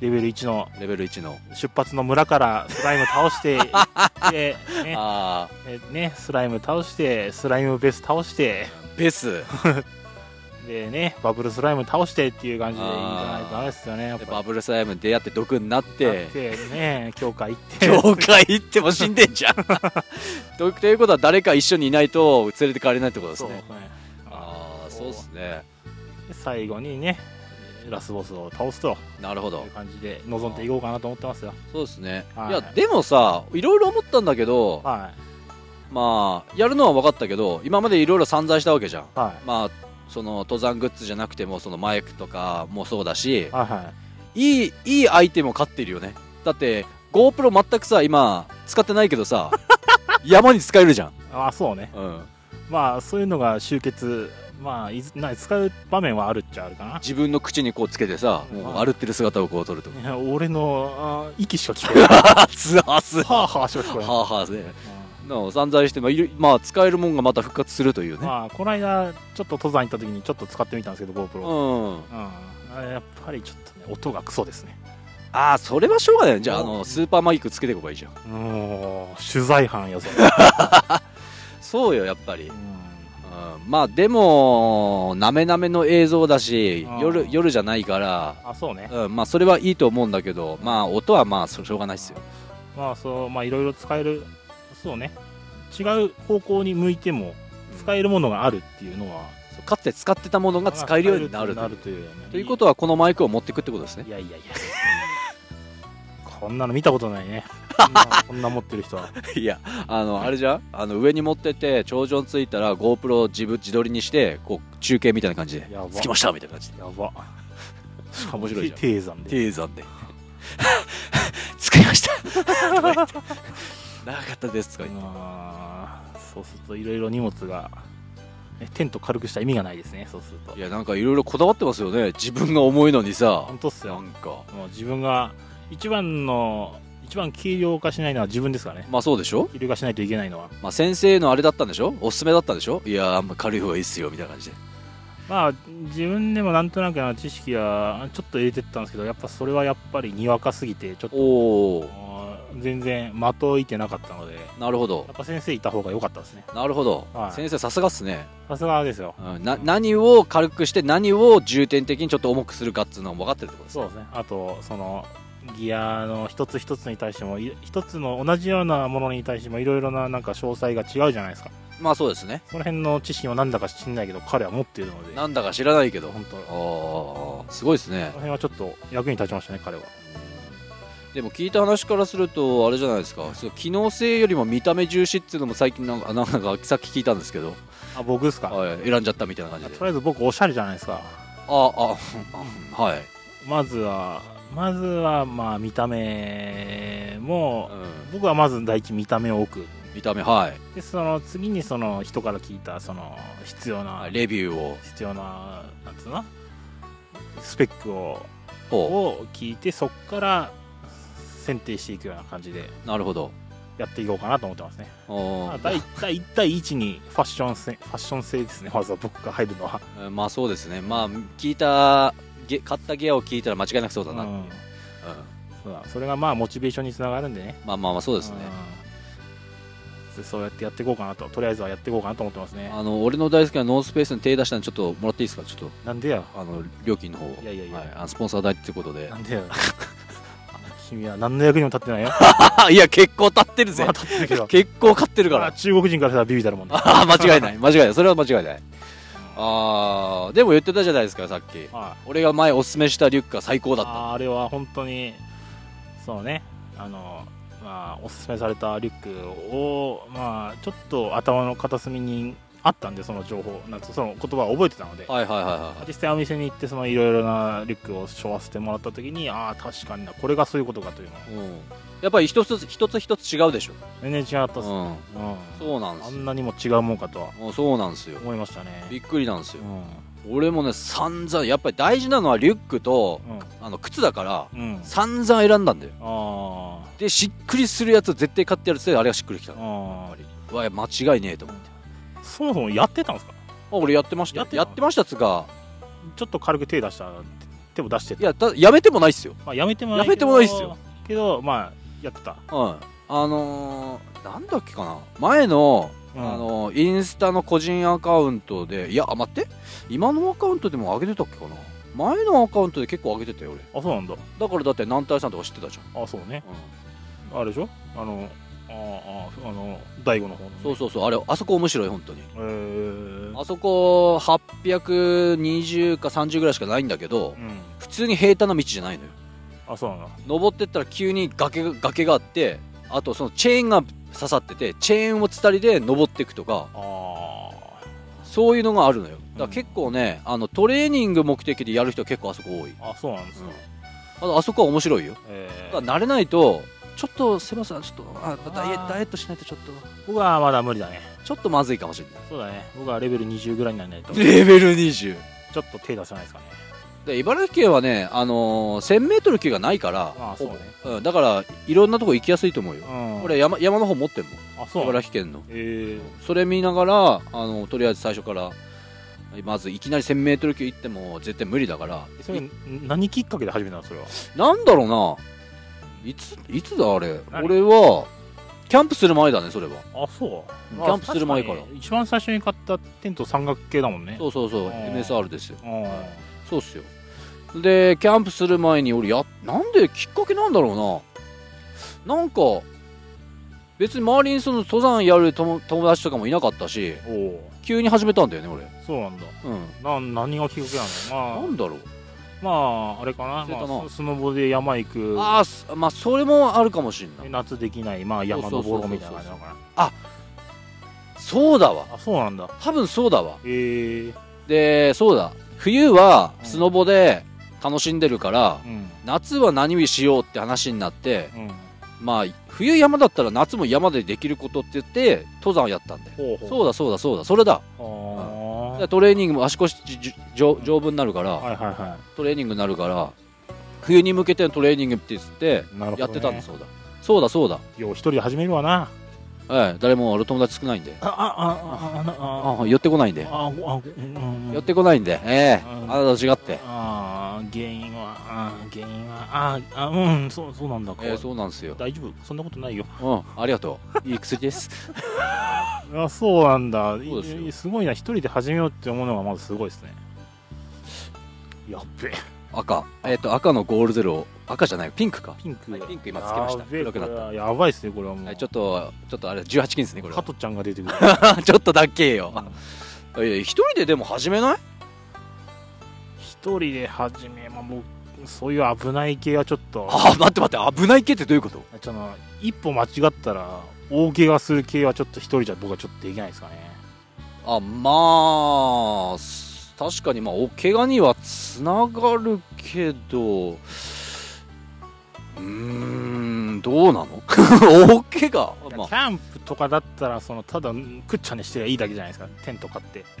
Speaker 2: レベル1の
Speaker 1: レベル1の。
Speaker 2: 出発の村からスライム 倒して行ってね
Speaker 1: ああ、
Speaker 2: えね、スライム倒してスライムベース倒して
Speaker 1: ベ ス。
Speaker 2: でねバブルスライム倒してっていう感じでいいんじゃないとダメですよねやっ
Speaker 1: で
Speaker 2: ぱ
Speaker 1: バブルスライム出会って毒になっ
Speaker 2: だ
Speaker 1: て
Speaker 2: っ、 てね教会行って
Speaker 1: 教会行っても死んでんじ ゃん。とということは、誰か一緒にいないと連れて帰れないってことです
Speaker 2: そうね
Speaker 1: ね。ああ、そうっすね。
Speaker 2: で最後にねラスボスを倒すと
Speaker 1: なるほ
Speaker 2: い
Speaker 1: ど
Speaker 2: う。感じで臨んでいこうかなと思ってますよ
Speaker 1: そうですね、、
Speaker 2: はいい
Speaker 1: やでもさいろいろ思ったんだけど
Speaker 2: は
Speaker 1: まあやるのは分かったけど今までいろいろ散財したわけじゃん
Speaker 2: いはい
Speaker 1: まあその登山グッズじゃなくてもそのマイクとかもそうだし
Speaker 2: はいはい
Speaker 1: いいいいアイテムを買ってるよねだって GoPro 全くさ今使ってないけど さ山に使えるじゃん、
Speaker 2: ああそうね
Speaker 1: うん、
Speaker 2: まあそういうのが集結まあいずな使う場面はあるっちゃあるかな
Speaker 1: 自分の口にこうつけてさもう歩ってる姿をこう撮ると
Speaker 2: いや 俺のあー息しか聞 こえないは
Speaker 1: ツアースは
Speaker 2: あはあしか聞こえ
Speaker 1: あ
Speaker 2: ない
Speaker 1: はあね
Speaker 2: うん
Speaker 1: の散財して、まあいるまあ、使えるもんがまた復活するというね、
Speaker 2: まあこの間ちょっと登山行った時にちょっと使ってみたんですけど GoPro、うん
Speaker 1: うん
Speaker 2: あやっぱりちょっとね音がクソですね
Speaker 1: ああそれはしょうがないよじゃああ
Speaker 2: うん
Speaker 1: のスーパーマイクつけていけばいいじゃん
Speaker 2: もう取材班よそれ、
Speaker 1: そうよやっぱり、う、
Speaker 2: うんん
Speaker 1: まあでもなめなめの映像だし
Speaker 2: うん
Speaker 1: 夜夜じゃないから、
Speaker 2: あそうね、
Speaker 1: うん、まあそれはいいと思うんだけどまあ音はまあそしょうがないっすよ
Speaker 2: まあそうまあいろいろ使えるそうね違う方向に向いても使えるものがあるっていうのは、
Speaker 1: そうかつて使ってたものが使えるようになる
Speaker 2: な
Speaker 1: と
Speaker 2: る
Speaker 1: いう
Speaker 2: というね
Speaker 1: ということはこのマイクを持っていくってことですね
Speaker 2: いやいやいやこんなの見たことないねこんなこんな持ってる人は
Speaker 1: いやあのあれじゃんあの上に持ってって頂上に着いたら GoPro を自分自撮りにしてこう中継みたいな感じで
Speaker 2: やば
Speaker 1: 着きましたみたいな感じで
Speaker 2: やばしかも
Speaker 1: 面白いじゃん
Speaker 2: 低山で
Speaker 1: 低山で 作りましたとか言って長かったですとか言って
Speaker 2: あーそうするといろいろ荷物が、ね、テント軽くした意味がないですねそうすると
Speaker 1: いやなんかいろいろこだわってますよね自分が重いのにさ
Speaker 2: 本当っす
Speaker 1: な
Speaker 2: よ
Speaker 1: んか
Speaker 2: もう自分が一番の一番軽量化しないのは自分ですからね
Speaker 1: まあそうでしょ、
Speaker 2: 軽量化しないといけないのは
Speaker 1: まあ、先生のあれだったんでしょおすすめだったんでしょいやーあんま軽い方がいいっすよみたいな感じで
Speaker 2: まあ自分でもなんとなくな知識はちょっと入れてったんですけどやっぱそれはやっぱりにわかすぎてちょっと
Speaker 1: おお
Speaker 2: あー全然的を射てなかったのでや
Speaker 1: なるほど
Speaker 2: っぱ先生いた方が良かったですね
Speaker 1: なるほど、
Speaker 2: はい
Speaker 1: 先生さすがっすね、
Speaker 2: さすがですよ
Speaker 1: うん、な何を軽くして何を重点的にちょっと重くするかっつうのは分かってるってことです
Speaker 2: そうですねあとそのギアの一つ一つに対してもい一つの同じようなものに対してもいろいろななんか詳細が違うじゃないですか
Speaker 1: まあそうですね
Speaker 2: その辺の知識もなんだか知んないけど彼は持っているので
Speaker 1: なんだか知らないけど
Speaker 2: 本当その
Speaker 1: ああすごいですね
Speaker 2: 辺はちょっと役に立ちましたね彼は
Speaker 1: でも聞いた話からするとあれじゃないですかそう機能性よりも見た目重視っていうのも最近なんかなんかさっき聞いたんですけど、
Speaker 2: あ僕ですか
Speaker 1: はい、選んじゃったみたいな感じ
Speaker 2: と
Speaker 1: で
Speaker 2: りあえず僕おしゃれじゃないですか
Speaker 1: あああはい、
Speaker 2: まずはまずはまあ見た目も
Speaker 1: うん
Speaker 2: 僕はまず第一見た目を置く
Speaker 1: 見た目はい
Speaker 2: でその次にその人から聞いたその必要な
Speaker 1: レビューを
Speaker 2: 必要ななんつうのスペックを
Speaker 1: ほ
Speaker 2: を聞いてそこから選定していくような感じで
Speaker 1: うなるほど
Speaker 2: やっていこうかなと思ってますね、
Speaker 1: お
Speaker 2: まあ、
Speaker 1: ー
Speaker 2: 第第第一にファッション性ファッション性ですねまずは僕が入るのは、
Speaker 1: えーまあそうですねまあ聞いたゲ買ったギアを聞いたら間違いなくそう
Speaker 2: う
Speaker 1: だ
Speaker 2: ん
Speaker 1: な、うん
Speaker 2: そうだそれがまあモチベーションにつながるんでね
Speaker 1: まあまあまあそうですね
Speaker 2: うんでそうやってやっていこうかなととりあえずはやっていこうかなと思ってますね
Speaker 1: あの俺の大好きなノースペースに手出したのちょっともらっていいですかちょっと
Speaker 2: なんでや
Speaker 1: あの料金の方を
Speaker 2: いやいやいや
Speaker 1: はい、あのスポンサー代ってことで
Speaker 2: なんでや 君は何の役にも立ってないよ、
Speaker 1: いや結構立ってるぜ
Speaker 2: まあ、立ってるけど
Speaker 1: 結構買ってるか
Speaker 2: まあ
Speaker 1: ら
Speaker 2: 中国人からしたらビビたるもんだ
Speaker 1: ああ間違いない間違いないそれは間違いないああでも言ってたじゃないですかさっき
Speaker 2: はい
Speaker 1: 俺が前おすすめしたリュックが最高だった
Speaker 2: あーあれは本当にそうねあの、まあ、おすすめされたリュックを、まあ、ちょっと頭の片隅にあったんでその情報なんつうその言葉を覚えてたので、
Speaker 1: はいはいはいはい
Speaker 2: 実際お店に行ってそのいろいろなリュックを背負わせてもらった時にああ確かになこれがそういうことかというのは
Speaker 1: うん、やっぱり一つ一つ一つ違うでしょ、
Speaker 2: 全然違ったっす、
Speaker 1: う
Speaker 2: うん
Speaker 1: ん、そうなんで
Speaker 2: あ
Speaker 1: す
Speaker 2: んなにも違うもんかとは
Speaker 1: よそうなんですよ
Speaker 2: 思いました
Speaker 1: び
Speaker 2: ね
Speaker 1: っくりなんです
Speaker 2: う
Speaker 1: よ
Speaker 2: ん
Speaker 1: 俺もね散々やっぱり大事なのはリュックとあの靴だから
Speaker 2: うん、うん、
Speaker 1: 散々選んだんだよ
Speaker 2: あ
Speaker 1: でしっくりするやつ絶対買ってやるっつってあれがしっくりきた
Speaker 2: ー
Speaker 1: の
Speaker 2: あ
Speaker 1: うわ間違いねえと思って
Speaker 2: ーそもそもやってたんですか
Speaker 1: あ俺やってましたよ
Speaker 2: やってた
Speaker 1: やってましたっつうか
Speaker 2: ちょっと軽く手出した手を出して
Speaker 1: い
Speaker 2: た
Speaker 1: やたやめてもないっすよ
Speaker 2: まあ、やめてもないけど
Speaker 1: やめてもないっすよ
Speaker 2: けどまあやってた、
Speaker 1: うんあのー、なんだっけかな前の
Speaker 2: うん
Speaker 1: あのインスタの個人アカウントでいやあ待って今のアカウントでも上げてたっけかな前のアカウントで結構上げてたよ俺
Speaker 2: あそうなんだ
Speaker 1: だからだって南体さんとか知ってたじ
Speaker 2: あそうね
Speaker 1: ゃん、うん
Speaker 2: あれでしょあのあーあーあの大悟の方のね、
Speaker 1: そうそうそうあれあそこ面白い本当に
Speaker 2: えー、
Speaker 1: あそこ820か30ぐらいしかないんだけど
Speaker 2: うん
Speaker 1: 普通に平坦な道じゃないのよ
Speaker 2: あそうなんだ
Speaker 1: 登ってったら急に崖が崖があってあとそのチェーンが刺さっててチェーンを伝りで登っていくとか
Speaker 2: あ
Speaker 1: そういうのがあるのよだから
Speaker 2: うん
Speaker 1: 結構ねあのトレーニング目的でやる人は結構あそこ多い
Speaker 2: ーあそうなんですか、
Speaker 1: あとあそこは面白いよ
Speaker 2: え
Speaker 1: だから
Speaker 2: ー、
Speaker 1: 慣れないとちょっとセバさんちょっとあダイエ
Speaker 2: あー
Speaker 1: ダイエットしないとちょっと
Speaker 2: 僕はまだ無理だね
Speaker 1: ちょっとまずいかもしれない
Speaker 2: そうだね僕はレベル20ぐらいにならないとちょ
Speaker 1: レベル20
Speaker 2: っと手出せないですかね
Speaker 1: で茨城県はね、あのー 1000m 級がないから
Speaker 2: ああそうね
Speaker 1: ほぼうん、だからいろんなとこ行きやすいと思うよ、
Speaker 2: うん
Speaker 1: 俺山山の方持ってんもん
Speaker 2: あそうなんだ
Speaker 1: 茨城県の
Speaker 2: えー、
Speaker 1: それ見ながら、あのとりあえず最初からまずいきなり 1000m 級行っても絶対無理だから
Speaker 2: それん何きっかけで始めたのそれは
Speaker 1: なんだろうないついつだあれ
Speaker 2: 何
Speaker 1: 俺はキャンプする前だねそれは
Speaker 2: あそう
Speaker 1: キ
Speaker 2: まあ
Speaker 1: ャンプする前から
Speaker 2: 確に一番最初に買ったテント山岳系だもんね
Speaker 1: そうそうそう
Speaker 2: あー
Speaker 1: MSR ですよ
Speaker 2: うん
Speaker 1: そうっすよでキャンプする前に俺やなんできっかけなんだろうななんか別に周りにその登山やる友友達とかもいなかったし
Speaker 2: おお
Speaker 1: 急に始めたんだよね俺
Speaker 2: そうなんだ
Speaker 1: うん
Speaker 2: な何がきっかけな
Speaker 1: な
Speaker 2: のま
Speaker 1: んだろう
Speaker 2: あまああれかな
Speaker 1: 忘れたな
Speaker 2: まあ、ススノボで山行く
Speaker 1: ああすまあそれもあるかもしんない
Speaker 2: 夏できないまあ山
Speaker 1: そうそうそう
Speaker 2: 登
Speaker 1: そ
Speaker 2: ろ
Speaker 1: う
Speaker 2: うみたいな感じなのか
Speaker 1: そうだわ
Speaker 2: なあそうなんだ
Speaker 1: 多分そうだわ
Speaker 2: へえ
Speaker 1: でそうだ冬は
Speaker 2: うん
Speaker 1: スノボで楽しんでるから
Speaker 2: うん
Speaker 1: 夏は何をしようって話になって
Speaker 2: うん
Speaker 1: まあ冬山だったら夏も山でできることって言って登山をやったんだよ
Speaker 2: ほうほう
Speaker 1: そうだそうだそうだそれだ
Speaker 2: あ
Speaker 1: でトレーニングも足腰じじ丈丈夫になるか
Speaker 2: あは
Speaker 1: ら
Speaker 2: いはいは
Speaker 1: トレーニングになるから冬に向けてのトレーニングって言って
Speaker 2: いなるほど、ね、
Speaker 1: やってたんだそうだそうだそうだ
Speaker 2: よう一人で始めるわな
Speaker 1: ええ誰も俺友達少ないんで
Speaker 2: ああああああ
Speaker 1: あ寄ってこないんで
Speaker 2: あああうん
Speaker 1: 寄ってこないんでええ
Speaker 2: うん
Speaker 1: あなたと違って
Speaker 2: ああ原因はああ原因はあああうんそうそうなんだ
Speaker 1: ええそうなんですよ
Speaker 2: 大丈夫そんなことないよ
Speaker 1: うんありがとういい薬です
Speaker 2: あそうなん
Speaker 1: そ
Speaker 2: だ
Speaker 1: うですよ
Speaker 2: いいすごいな一人で始めようって思うのがまずすごいですねやっべえ
Speaker 1: 赤えっと赤のゴールゼロを赤じゃないピンクか
Speaker 2: ピンク、
Speaker 1: はいピンク今つけました
Speaker 2: やべえ
Speaker 1: 黒くなった
Speaker 2: これはやばいっすねこれはもう、
Speaker 1: はいちょっとちょっとあれ18金ですねこれ
Speaker 2: 加
Speaker 1: は
Speaker 2: トちゃんが出てくる
Speaker 1: ちょっとだっけよ
Speaker 2: うん
Speaker 1: いや一人ででも始めない
Speaker 2: 一人で始めまあもうそういう危ない系はちょっと
Speaker 1: あ待って待って危ない系ってどういうこと
Speaker 2: ちょっと一歩間違ったら大怪我する系はちょっと一人じゃ僕はちょっとできないですかね
Speaker 1: あまあす確かにまあお怪我にはつながるけどうーんどうなの 大怪我
Speaker 2: キ
Speaker 1: まあ
Speaker 2: ャンプとかだったらそのただくっちゃねしてりゃいいだけじゃないですかテント買って
Speaker 1: あ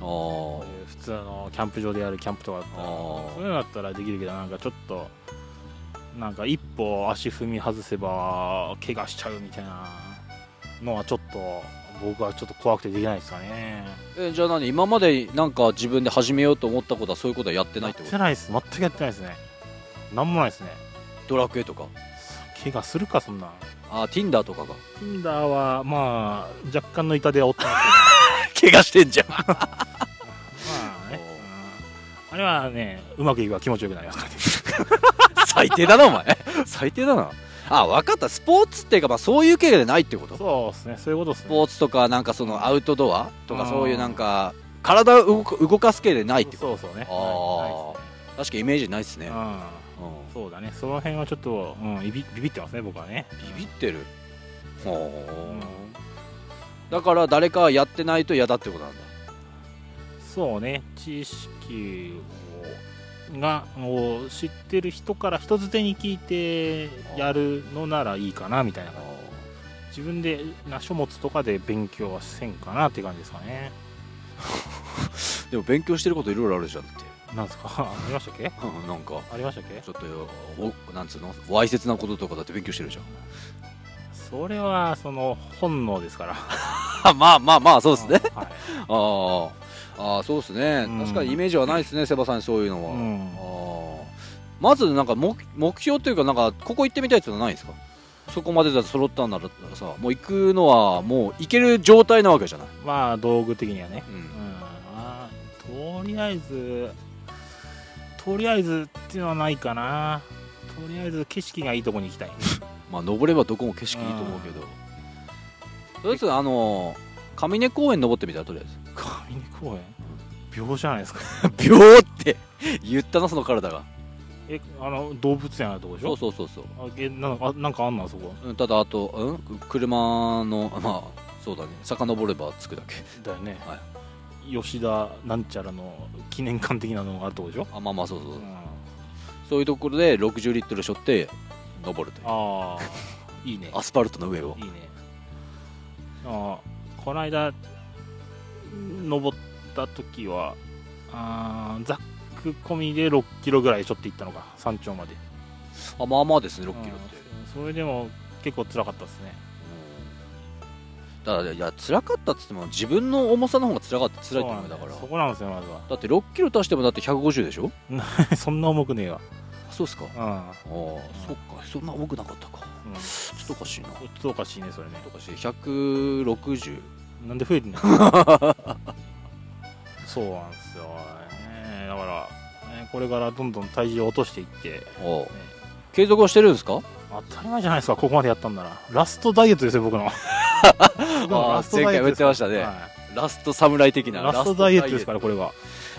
Speaker 1: ー
Speaker 2: こういう普通のキャンプ場でやるキャンプとかだったら
Speaker 1: あー
Speaker 2: そういうのだったらできるけどなんかちょっとなんか一歩足踏み外せば怪我しちゃうみたいなのはちょっと僕はちょっと怖くてできないですかね
Speaker 1: えじゃあ何今までなんか自分で始めようと思ったことはそういうことはやってないって
Speaker 2: や
Speaker 1: こ
Speaker 2: っ
Speaker 1: と
Speaker 2: てないです全くやってないですねなんもないですね
Speaker 1: ドラクエとか
Speaker 2: 怪我するかそんな
Speaker 1: あ Tinder とかが
Speaker 2: Tinder はまあ若干の痛手は負ってま す
Speaker 1: 怪我してんじゃん
Speaker 2: けどま あねうんあれはねうまくいけば気持ちよくなりますからね
Speaker 1: 最低だなお前最低だなあ分かったスポーツっていうか、まあ、そういう怪我でないってこと
Speaker 2: そうですねそういうことです
Speaker 1: ス
Speaker 2: ね
Speaker 1: ポーツとかなんかそのアウトドアとか
Speaker 2: うん
Speaker 1: そういうなんか体を動か動かす系でないってこ
Speaker 2: そうそうね
Speaker 1: あー
Speaker 2: は
Speaker 1: と確かイメージないっす
Speaker 2: い
Speaker 1: ね
Speaker 2: ないですねうんそうだねその辺はちょっと、うん、ビビビビってますね僕はね
Speaker 1: うんビビってるほ
Speaker 2: うん
Speaker 1: うだから誰かやってないと嫌だってことなんだ
Speaker 2: そうね知識をがを知ってる人から人づてに聞いてやるのならいいかなみたいな感じ自分でな書物とかで勉強はせんかなって感じですかね
Speaker 1: でも勉強してることいろいろあるじゃんって
Speaker 2: なんですか ありましたっけ
Speaker 1: うんなんか
Speaker 2: ありましたっけ
Speaker 1: ちょっとおなんつうのわいせつなこととかだって勉強してるじゃん
Speaker 2: それはその本能ですから
Speaker 1: あ まあまあまあそうですね
Speaker 2: はい
Speaker 1: あーあーそうですね
Speaker 2: うん
Speaker 1: 確かにイメージはないですねセバさんにそういうのは、
Speaker 2: うん
Speaker 1: あーまずなんか目目標というかなんかここ行ってみたいっていうのはないんですかそこまでだと揃ったんならさもう行くのはもう行ける状態なわけじゃない、
Speaker 2: まあ道具的にはね
Speaker 1: うん
Speaker 2: うんまあとりあえずとりあえずっていうのはないかなとりあえず景色がいいとこに行きたい
Speaker 1: まあ登ればどこも景色いいと思うけどとりあえずあの上根公園登ってみたらとりあえず
Speaker 2: 上根公園秒じゃないですか
Speaker 1: 秒って言ったなその体が
Speaker 2: えあの動物園あるとこでし
Speaker 1: そ
Speaker 2: ょ
Speaker 1: うそうそうそう
Speaker 2: あえなんかあなんかあんのあそこ
Speaker 1: うんただあと、うん、車のまあそうだね遡れば着くだけ
Speaker 2: だよね、
Speaker 1: は
Speaker 2: 吉田なんちゃらの記念館的なのがあるとこでしょ、
Speaker 1: あまあまあそうそう
Speaker 2: う、
Speaker 1: そうん
Speaker 2: あ
Speaker 1: そういうところで60リットル背負って登るという
Speaker 2: あ いいね
Speaker 1: アスファルトの上を
Speaker 2: いいねああこの間登った時はあーざっく込みで6キロぐらいちょっと行ったのか山頂まで
Speaker 1: あまあまあですね6キロって
Speaker 2: うんそれでも結構辛かったですね
Speaker 1: ただいや辛かったっつっても自分の重さの方が辛かった辛いと思うよだから
Speaker 2: そうなんですよそこなんですよま
Speaker 1: だって6キロ足してもだって150でしょ
Speaker 2: ずは そんな重くねえわ
Speaker 1: あそうですかあ
Speaker 2: うん
Speaker 1: あそっかそんな重くなかったか
Speaker 2: うんち
Speaker 1: ちょっとおかしいなちょ
Speaker 2: ょっとおかしいねそれね
Speaker 1: っとおかしい160
Speaker 2: なんで増えてんの そうなんですよ、ねだから、ねこれからどんどん体重を落としていって、ね
Speaker 1: おう継続はしてるんですか
Speaker 2: 当たり前じゃないですかここまでやったんならラストダイエットです よ僕の僕のラストダイ
Speaker 1: 前回も
Speaker 2: エット
Speaker 1: 言
Speaker 2: で
Speaker 1: っ
Speaker 2: す
Speaker 1: てましたね
Speaker 2: はい
Speaker 1: ラスト侍的な
Speaker 2: ラストダイエットです
Speaker 1: か
Speaker 2: からこれは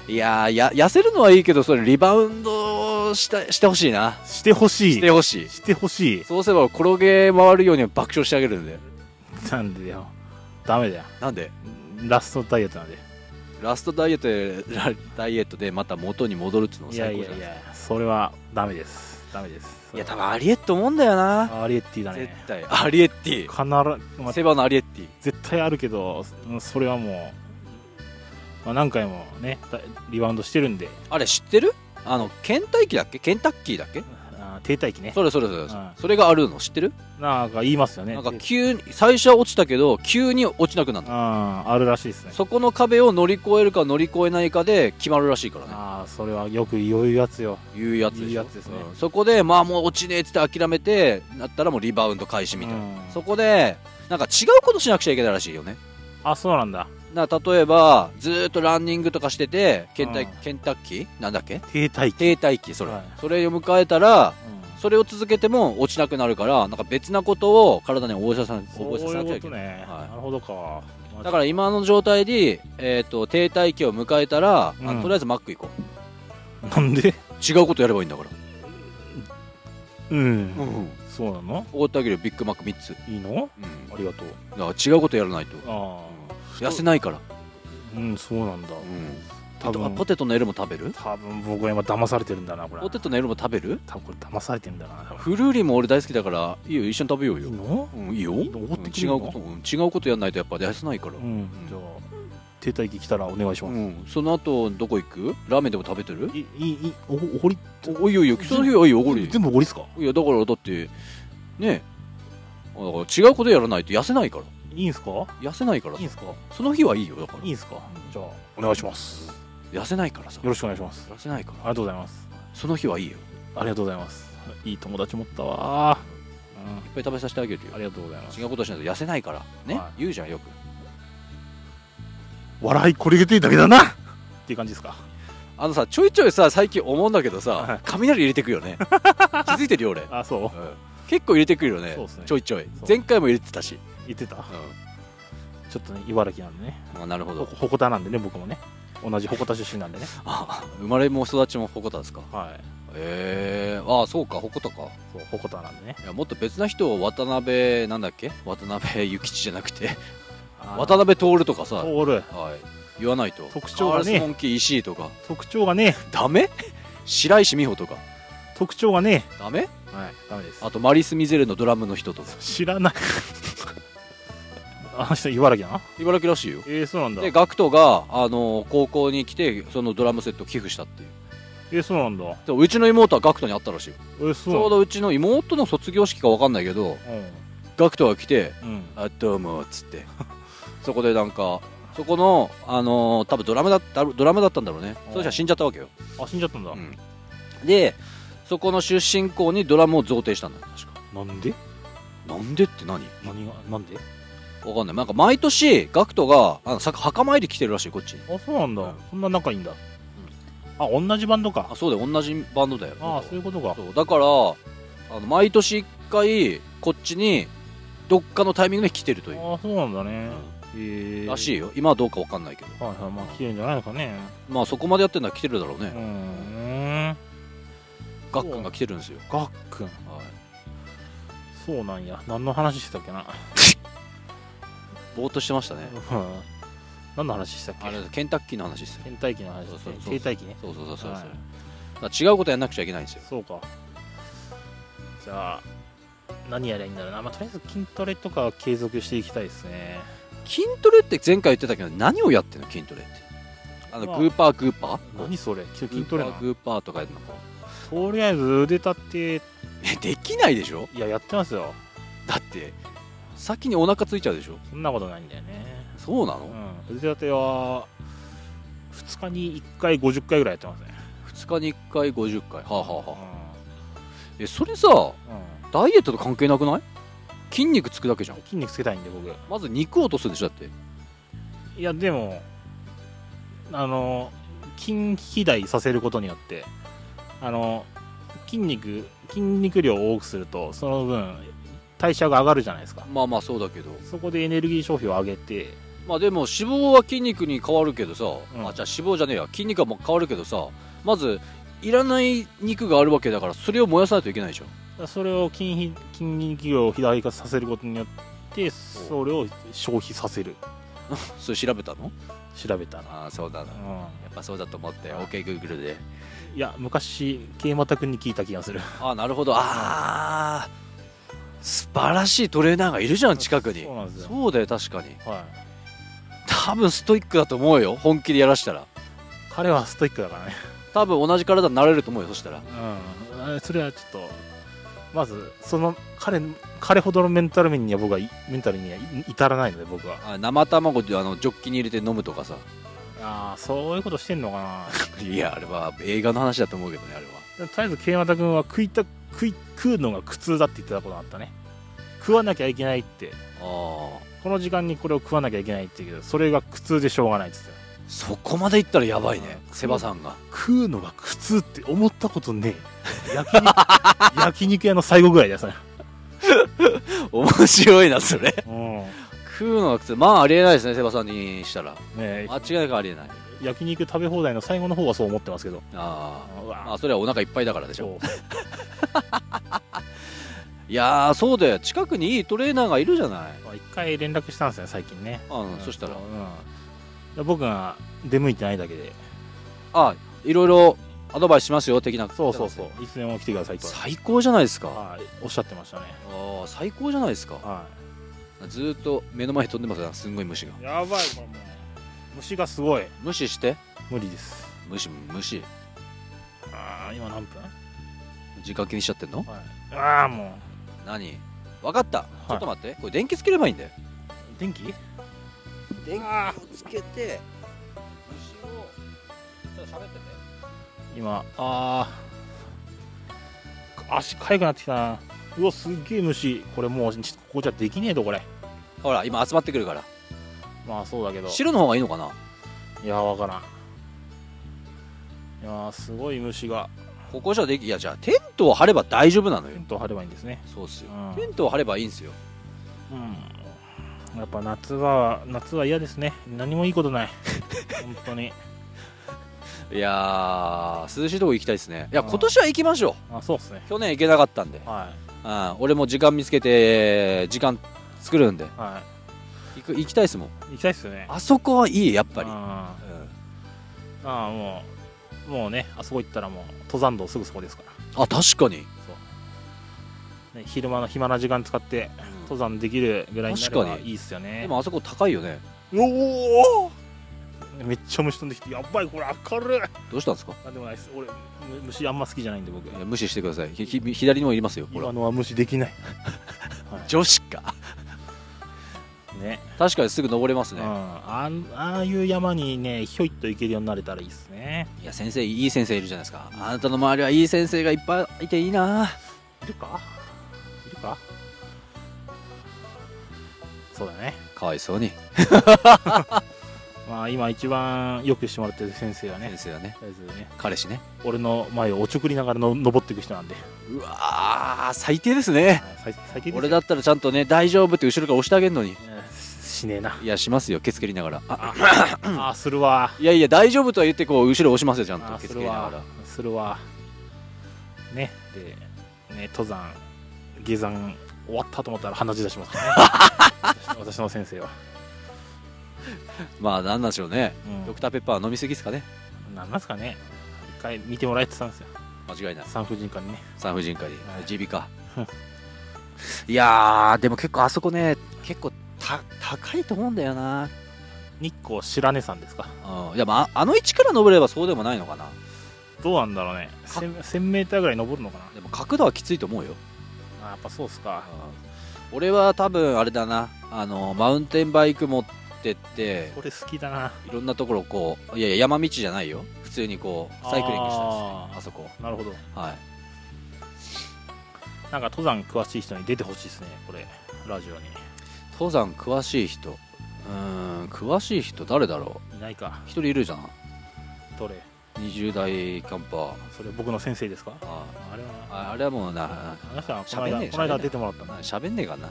Speaker 2: い
Speaker 1: やーや痩せるのはいいけどそれリバウンドしたしてほしいな
Speaker 2: してほしい
Speaker 1: してほしい
Speaker 2: してほしい
Speaker 1: そうすれば転げ回るようには爆笑してあげるんで
Speaker 2: なんでよダメだよ
Speaker 1: なんで
Speaker 2: ラストダイエットなんで
Speaker 1: ラストダイエットで ラダイエットでまた元に戻るっていうのも
Speaker 2: いや
Speaker 1: 最
Speaker 2: い
Speaker 1: 高
Speaker 2: や
Speaker 1: じゃない
Speaker 2: い
Speaker 1: ですか
Speaker 2: やそれはダメですダメです
Speaker 1: いや多分ありえっと思うんだよな
Speaker 2: アリエッティだ
Speaker 1: 絶
Speaker 2: ね
Speaker 1: 対アリエッティ
Speaker 2: 必ず、まあ
Speaker 1: セバのアリエッティ
Speaker 2: 絶対あるけどうんそれはもう、まあ、何回もねだリバウンドしてるんで
Speaker 1: あれ知ってるあのケンタイキだっけケンタッキーだっけ
Speaker 2: あー停滞期ね
Speaker 1: それそれそれそれ、
Speaker 2: うん
Speaker 1: それがあるの知ってる
Speaker 2: なんか言いますよね
Speaker 1: なんか急に最初は落ちたけど急に落ちなくなった
Speaker 2: ああるらしいですね
Speaker 1: そこの壁を乗り越えるか乗り越えないかで決まるらしいからね
Speaker 2: ああそれはよく言うやつよ
Speaker 1: いうやつでしょ
Speaker 2: いうやつですね
Speaker 1: うんそこでまあもう落ちねえっつって諦めてなったらもうリバウンド開始みたいな、
Speaker 2: うん
Speaker 1: そこでなんか違うことしなくちゃいけないらしいよね
Speaker 2: あそうなんだ
Speaker 1: な例えばずーっとランニングとかしててケンタ,、
Speaker 2: うん
Speaker 1: ケンタッキーなんだっけ
Speaker 2: 停滞期、
Speaker 1: 停滞期それ、
Speaker 2: はい
Speaker 1: それを迎えたら
Speaker 2: う、
Speaker 1: それを続けても落ちなくなるからなんか別なことを体に覚えさせなん覚えさせなくちゃいけない
Speaker 2: ね、
Speaker 1: はい
Speaker 2: なるほどか
Speaker 1: だから今の状態で、えー、と停滞期を迎えたら、あ
Speaker 2: うん
Speaker 1: とりあえずマック行こう
Speaker 2: らなんで
Speaker 1: 違うことやればいいんだから、
Speaker 2: うん、
Speaker 1: うん、
Speaker 2: そうなの
Speaker 1: おごってあげるよビッグマック3つ、
Speaker 2: いいの
Speaker 1: うん、
Speaker 2: ありがとう
Speaker 1: だから違うことやらないと、
Speaker 2: あ
Speaker 1: 痩せないから、
Speaker 2: あうんそうなんだ多
Speaker 1: あとあ
Speaker 2: 分
Speaker 1: ポテトのエルも食べる
Speaker 2: 多分僕は今騙されてるんだなこれ
Speaker 1: ポテトのエルも食べる
Speaker 2: 多分これ騙されてるんだな多分
Speaker 1: フルーリも俺大好きだからいいよ一緒に食べよう
Speaker 2: い
Speaker 1: よ
Speaker 2: い、の
Speaker 1: うん、いいよ、
Speaker 2: いいのおごってくれ
Speaker 1: 違
Speaker 2: る
Speaker 1: う
Speaker 2: の
Speaker 1: ことうん違うことやらないとやっぱ痩せないから、
Speaker 2: う
Speaker 1: うん
Speaker 2: んじゃあ停滞期来たらお願いします、
Speaker 1: その後どこ行くラーメンでも食べてる
Speaker 2: いいいいおおごり
Speaker 1: おおいいよいいよその日はいいよおごるよ
Speaker 2: 全部おごりっすか
Speaker 1: いやだからだってねえあだから違うことやらないと痩せないから
Speaker 2: いいんすか
Speaker 1: 痩せないから
Speaker 2: いいんすか
Speaker 1: その日はいいよだから
Speaker 2: いいんすかじゃあお願いしますよ
Speaker 1: 痩せないからさ
Speaker 2: ろしくお願いします
Speaker 1: 痩せないか
Speaker 2: あ
Speaker 1: ら
Speaker 2: りがとうございます
Speaker 1: その日はいいよいっ
Speaker 2: ありがとうございますいい友達持ったわ
Speaker 1: ぱい食べさせてあげるよ
Speaker 2: ありがとうございます
Speaker 1: 違うことしないと痩せないからね、
Speaker 2: はい
Speaker 1: 言うじゃんよく
Speaker 2: 笑いこれげていだけだなっていう感じですか
Speaker 1: あのさちょいちょいさ最近思うんだけどさ、
Speaker 2: はい
Speaker 1: 雷入れてくよ ね気づいてるよ俺、うん
Speaker 2: あそう
Speaker 1: 結構入れてくるよね
Speaker 2: そうっすね
Speaker 1: ちょいちょい
Speaker 2: そう
Speaker 1: 前回も入れてたし、
Speaker 2: 言ってた
Speaker 1: う
Speaker 2: ちょっとね茨城なんでね
Speaker 1: ん、あなるほ
Speaker 2: ほ
Speaker 1: ど
Speaker 2: ほこたなんでね僕もね同じ鉾田出身なんでね
Speaker 1: あ生まれも育ちも鉾田ですか
Speaker 2: はい
Speaker 1: ええああそうか鉾田か
Speaker 2: そう鉾田なんでね
Speaker 1: いやもっと別な人を渡辺なんだっけ渡辺諭吉じゃなくて
Speaker 2: あー
Speaker 1: 渡辺徹とかさ、は
Speaker 2: 通る
Speaker 1: い、言わないと
Speaker 2: 特徴がね
Speaker 1: カールスモンキー石井とか
Speaker 2: 特徴がね
Speaker 1: ダメ白石美穂とか
Speaker 2: 特徴がね
Speaker 1: ダメ
Speaker 2: はいダメです
Speaker 1: あとマリス・ミゼルのドラムの人とか
Speaker 2: 知らないあの人茨城なの
Speaker 1: 茨城らしいよ
Speaker 2: えー、そうなんだ
Speaker 1: でガクトが、あの高校に来てそのドラムセットを寄付したっていう
Speaker 2: えー、そうなんだ
Speaker 1: でうちの妹はガクトに会ったらしいよ
Speaker 2: えー、
Speaker 1: ち
Speaker 2: そう
Speaker 1: ょう
Speaker 2: なんだ
Speaker 1: どうちの妹の卒業式か分かんないけどガクトが来て
Speaker 2: うん、うん
Speaker 1: 「あどうも」っつって そこでなんかそこのあのー多分ドラムだったドラムだったんだろうね
Speaker 2: うん
Speaker 1: そしたら死んじゃったわけよ、
Speaker 2: あ死んじゃったんだ、
Speaker 1: うんでそこの出身校にドラムを贈呈したんだよ確か
Speaker 2: なんで
Speaker 1: なんでって何
Speaker 2: 何がなんで
Speaker 1: わかんないなんか毎年ガクトがあのさ墓参り来てるらしいこっちに
Speaker 2: あそうなんだ、
Speaker 1: うん
Speaker 2: そんな仲いいんだ、あ同じバンドか
Speaker 1: あそうだよ同じバンドだよ
Speaker 2: ああそういうことか
Speaker 1: そうだからあの毎年1回こっちにどっかのタイミングで来てるという
Speaker 2: ああそうなんだね、ええ
Speaker 1: らしいよ今はどうかわかんないけど
Speaker 2: はいはいまあ来てるんじゃないのかね
Speaker 1: まあそこまでやってるのは来てるだろう
Speaker 2: う
Speaker 1: ね、
Speaker 2: ーん
Speaker 1: ガックンが来てるんですよ、
Speaker 2: ガックン
Speaker 1: はい、
Speaker 2: そうなんや何の話してたっけな
Speaker 1: ぼーっとしてましたね
Speaker 2: うん何の話したっけ
Speaker 1: あれケンタッキーの話ですよ
Speaker 2: 天体機の話
Speaker 1: そ
Speaker 2: で
Speaker 1: う
Speaker 2: す
Speaker 1: そう
Speaker 2: ね
Speaker 1: そう
Speaker 2: 停滞機ね
Speaker 1: そうそうそうそう、
Speaker 2: はい
Speaker 1: だから違うことやんなくちゃいけないんですよ
Speaker 2: そうかじゃあ何やりゃいいんだろうな、まあ、とりあえず筋トレとかは継続していきたいですね
Speaker 1: 筋トレって前回言ってたけど何をやってんの筋トレってあの
Speaker 2: まあ
Speaker 1: グーパーグーパー
Speaker 2: 何それ筋トレ
Speaker 1: グ
Speaker 2: な
Speaker 1: ーパーグーパーとかやるのか
Speaker 2: とりあえず腕立て
Speaker 1: えできないでしょ
Speaker 2: いややってますよ
Speaker 1: だって先にお腹ついちゃうでしょ
Speaker 2: そんなことないんだよね
Speaker 1: そうなの、
Speaker 2: うん、腕立ては2日に1回50回ぐらいやってますね、
Speaker 1: 2日に1回50回はあ、はあはあ、
Speaker 2: う
Speaker 1: えそれさ
Speaker 2: ん
Speaker 1: ダイエットと関係なくない筋肉つくだけじゃん
Speaker 2: うん筋肉つけたいんで僕
Speaker 1: まず肉を落とすんでしょだって
Speaker 2: いやでもあの筋肥大させることによってあの筋肉筋肉量を多くするとその分代謝が上がるじゃないですか
Speaker 1: まあまあそうだけど
Speaker 2: そこでエネルギー消費を上げて
Speaker 1: まあでも脂肪は筋肉に変わるけどさ、
Speaker 2: ん
Speaker 1: あじゃあ脂肪じゃねえや筋肉はもう変わるけどさまずいらない肉があるわけだからそれを燃やさないといけないじゃん
Speaker 2: それを筋肥筋肉量を肥大化させることによってそれを消費させる
Speaker 1: それ調べたの
Speaker 2: 調べたな、
Speaker 1: ああそうだなや
Speaker 2: うん、
Speaker 1: っぱそうだと思って
Speaker 2: はい
Speaker 1: OKGoogle、で
Speaker 2: いや昔桂又君に聞いた気がする
Speaker 1: ああなるほどああ素晴らしいトレーナーがいるじゃん近くに
Speaker 2: そうなんですよ
Speaker 1: そうだよ確かに
Speaker 2: はい
Speaker 1: 多分ストイックだと思うよ本気でやらしたら
Speaker 2: 彼はストイックだからね
Speaker 1: 多分同じ体になれると思うよそしたら
Speaker 2: うんそれはちょっとまずその彼彼ほどのメンタル面には僕はいメンタルにはい至らないので僕は
Speaker 1: あ生卵であのジョッキに入れて飲むとかさ
Speaker 2: ああそういうことしてんのか
Speaker 1: いやあれは映画の話だと思うけどねあれは
Speaker 2: な とりあえず桂又君は食いた食い食うのが苦痛だって言ってたことがあったね食わなきゃいけないって
Speaker 1: ああ
Speaker 2: この時間にこれを食わなきゃいけないって言うけどそれが苦痛でしょうがないって言ってた
Speaker 1: そこまでいったらやばいね
Speaker 2: うん
Speaker 1: セバさんが
Speaker 2: 食うのが苦痛って思ったことねえ焼肉焼肉 屋の最後ぐらいだよそれ
Speaker 1: 面白いなそれ
Speaker 2: うん
Speaker 1: 食うのが苦痛まあありえないですねセバさんにしたら
Speaker 2: ねえ
Speaker 1: 間違いがありえない
Speaker 2: 焼肉食べ放題の最後の方はそう思ってますけど
Speaker 1: あ
Speaker 2: う
Speaker 1: あ
Speaker 2: わ
Speaker 1: まあそれはお腹いっぱいだからでしょ
Speaker 2: そう
Speaker 1: いやーそうだよ近くにいいトレーナーがいるじゃない
Speaker 2: まあ一回連絡したんですよ最近ね
Speaker 1: あーそしたら
Speaker 2: うんいや僕が出向いてないだけで
Speaker 1: あいろいろアドバイスしますよ的な
Speaker 2: そうそうそういつでも来てくださいと
Speaker 1: 最高じゃないですか
Speaker 2: はいおっしゃってましたね
Speaker 1: ああ最高じゃないですか
Speaker 2: は
Speaker 1: ずーっと目の前飛んでますよすんごい虫が
Speaker 2: いやばいこれもう虫がすごい
Speaker 1: 無視して
Speaker 2: 無理です
Speaker 1: 無視無視
Speaker 2: ああ今何分、は
Speaker 1: 時間気にしちゃってんの
Speaker 2: い、ああも
Speaker 1: 何分かったちょっと待って、これ電気つければいいんだよ
Speaker 2: う電気
Speaker 1: 電
Speaker 2: あ
Speaker 1: 気をつけて虫をちょっと喋ってて
Speaker 2: 今ああ足かゆくなってきたなうわすっげえ虫これもうここじゃできねえとこれ
Speaker 1: ほら今集まってくるから
Speaker 2: まあそうだけど
Speaker 1: 白の方がいいのかない
Speaker 2: やわからんいやーすごい虫が
Speaker 1: ここじゃできいやじゃあテントを張れば大丈夫なの
Speaker 2: テ
Speaker 1: よ
Speaker 2: ントを張ればいいんですね
Speaker 1: そうっすよ
Speaker 2: うん
Speaker 1: テントを張ればいいんすよ
Speaker 2: うんやっぱ夏は夏は嫌ですね何もいいことない本当に
Speaker 1: いやー涼しいとこ行きたいですねいや
Speaker 2: うん
Speaker 1: 今年は行きましょ
Speaker 2: あそうですね
Speaker 1: う去年行けなかったんで
Speaker 2: は
Speaker 1: うん俺も時間見つけて時間作るんで
Speaker 2: いは
Speaker 1: 行く行きたいですもん
Speaker 2: 行きたいっすよねやっ
Speaker 1: あそこはいいやっぱり、
Speaker 2: あ
Speaker 1: うん
Speaker 2: ーあーもうもうねあそこ行ったらもう登山道すぐそこですから
Speaker 1: あ確かに
Speaker 2: そう、ね、昼間の暇な時間使って登山できるぐらいにな
Speaker 1: 確
Speaker 2: れ
Speaker 1: か
Speaker 2: ば
Speaker 1: に
Speaker 2: いいっすよね
Speaker 1: でもあそこ高いよね
Speaker 2: おおめっちゃ虫飛んできてやばいこれ明るい
Speaker 1: どうしたんですか
Speaker 2: なんでもないです俺む虫あんま好きじゃないんで僕
Speaker 1: いや無視してくださいひひ左にもいますよほら
Speaker 2: 今のは無視できない、は
Speaker 1: 女子か
Speaker 2: い、ね
Speaker 1: 確かにすぐ登れます
Speaker 2: うん
Speaker 1: ね、
Speaker 2: あんああいう山にねひょいっと行けるようになれたらいいっすね
Speaker 1: いや先生いい先生いるじゃないですかあなたの周りはいい先生がいっぱいいていいない
Speaker 2: るかいるかそうだね
Speaker 1: かわいそうに
Speaker 2: まあ今一番よくしてもらってる先生はね
Speaker 1: 先生はね
Speaker 2: とりあえずね
Speaker 1: 彼氏ね
Speaker 2: 俺の前をおちょくりながらの登っていく人なんで
Speaker 1: うわー最低ですね
Speaker 2: あ最最近
Speaker 1: 俺だったらちゃんとね大丈夫って後ろから押してあげるのに
Speaker 2: しねえない
Speaker 1: やしますよケツ蹴りながらあ
Speaker 2: ああするわ
Speaker 1: いやいや大丈夫とは言ってこう後ろ押しますよちゃんと
Speaker 2: あ
Speaker 1: ケ
Speaker 2: す
Speaker 1: ツ蹴
Speaker 2: る
Speaker 1: りなが
Speaker 2: わ
Speaker 1: ら
Speaker 2: するわねでね登山下山終わったと思ったら鼻血出しま すからね私の私の先生は、
Speaker 1: まあなんなんでしょうね
Speaker 2: うん
Speaker 1: ドクターペッパー飲みすぎですかね
Speaker 2: なんなんすかね一回見てもらえてたんですよ
Speaker 1: 間違いない
Speaker 2: 産婦人科にね
Speaker 1: 産婦人科に
Speaker 2: はい
Speaker 1: 耳鼻科
Speaker 2: うん
Speaker 1: いやーでも結構あそこね結構た高いと思うんだよな
Speaker 2: 日光白根山ですか
Speaker 1: うんいやまああの位置から登ればそうでもないのかな
Speaker 2: どうなんだろうね
Speaker 1: か
Speaker 2: 1000, メーターぐらい登るのかな
Speaker 1: でも角度はきついと思うよ
Speaker 2: あやっぱそうっすか
Speaker 1: 俺は多分あれだなあのマウンテンバイク持ってって
Speaker 2: これ好きだない
Speaker 1: ろんなところこういやいや山道じゃないよ普通にこうサイクリングしたんですね
Speaker 2: あー
Speaker 1: あそこ
Speaker 2: なるほど
Speaker 1: はい
Speaker 2: なんか登山詳しい人に出てほしいですねこれラジオに
Speaker 1: 登山詳しい人うーん詳しい人誰だろ
Speaker 2: いないか
Speaker 1: う一人いるじゃん
Speaker 2: どれ
Speaker 1: 20代キャンパー
Speaker 2: それ僕の先生ですか
Speaker 1: あ
Speaker 2: あれは
Speaker 1: ああれはもうな
Speaker 2: あの人はこの
Speaker 1: 喋ん
Speaker 2: 間
Speaker 1: ねえ
Speaker 2: この
Speaker 1: 喋んね
Speaker 2: 間
Speaker 1: え
Speaker 2: 出てもらったの、うん、
Speaker 1: 喋んねえかな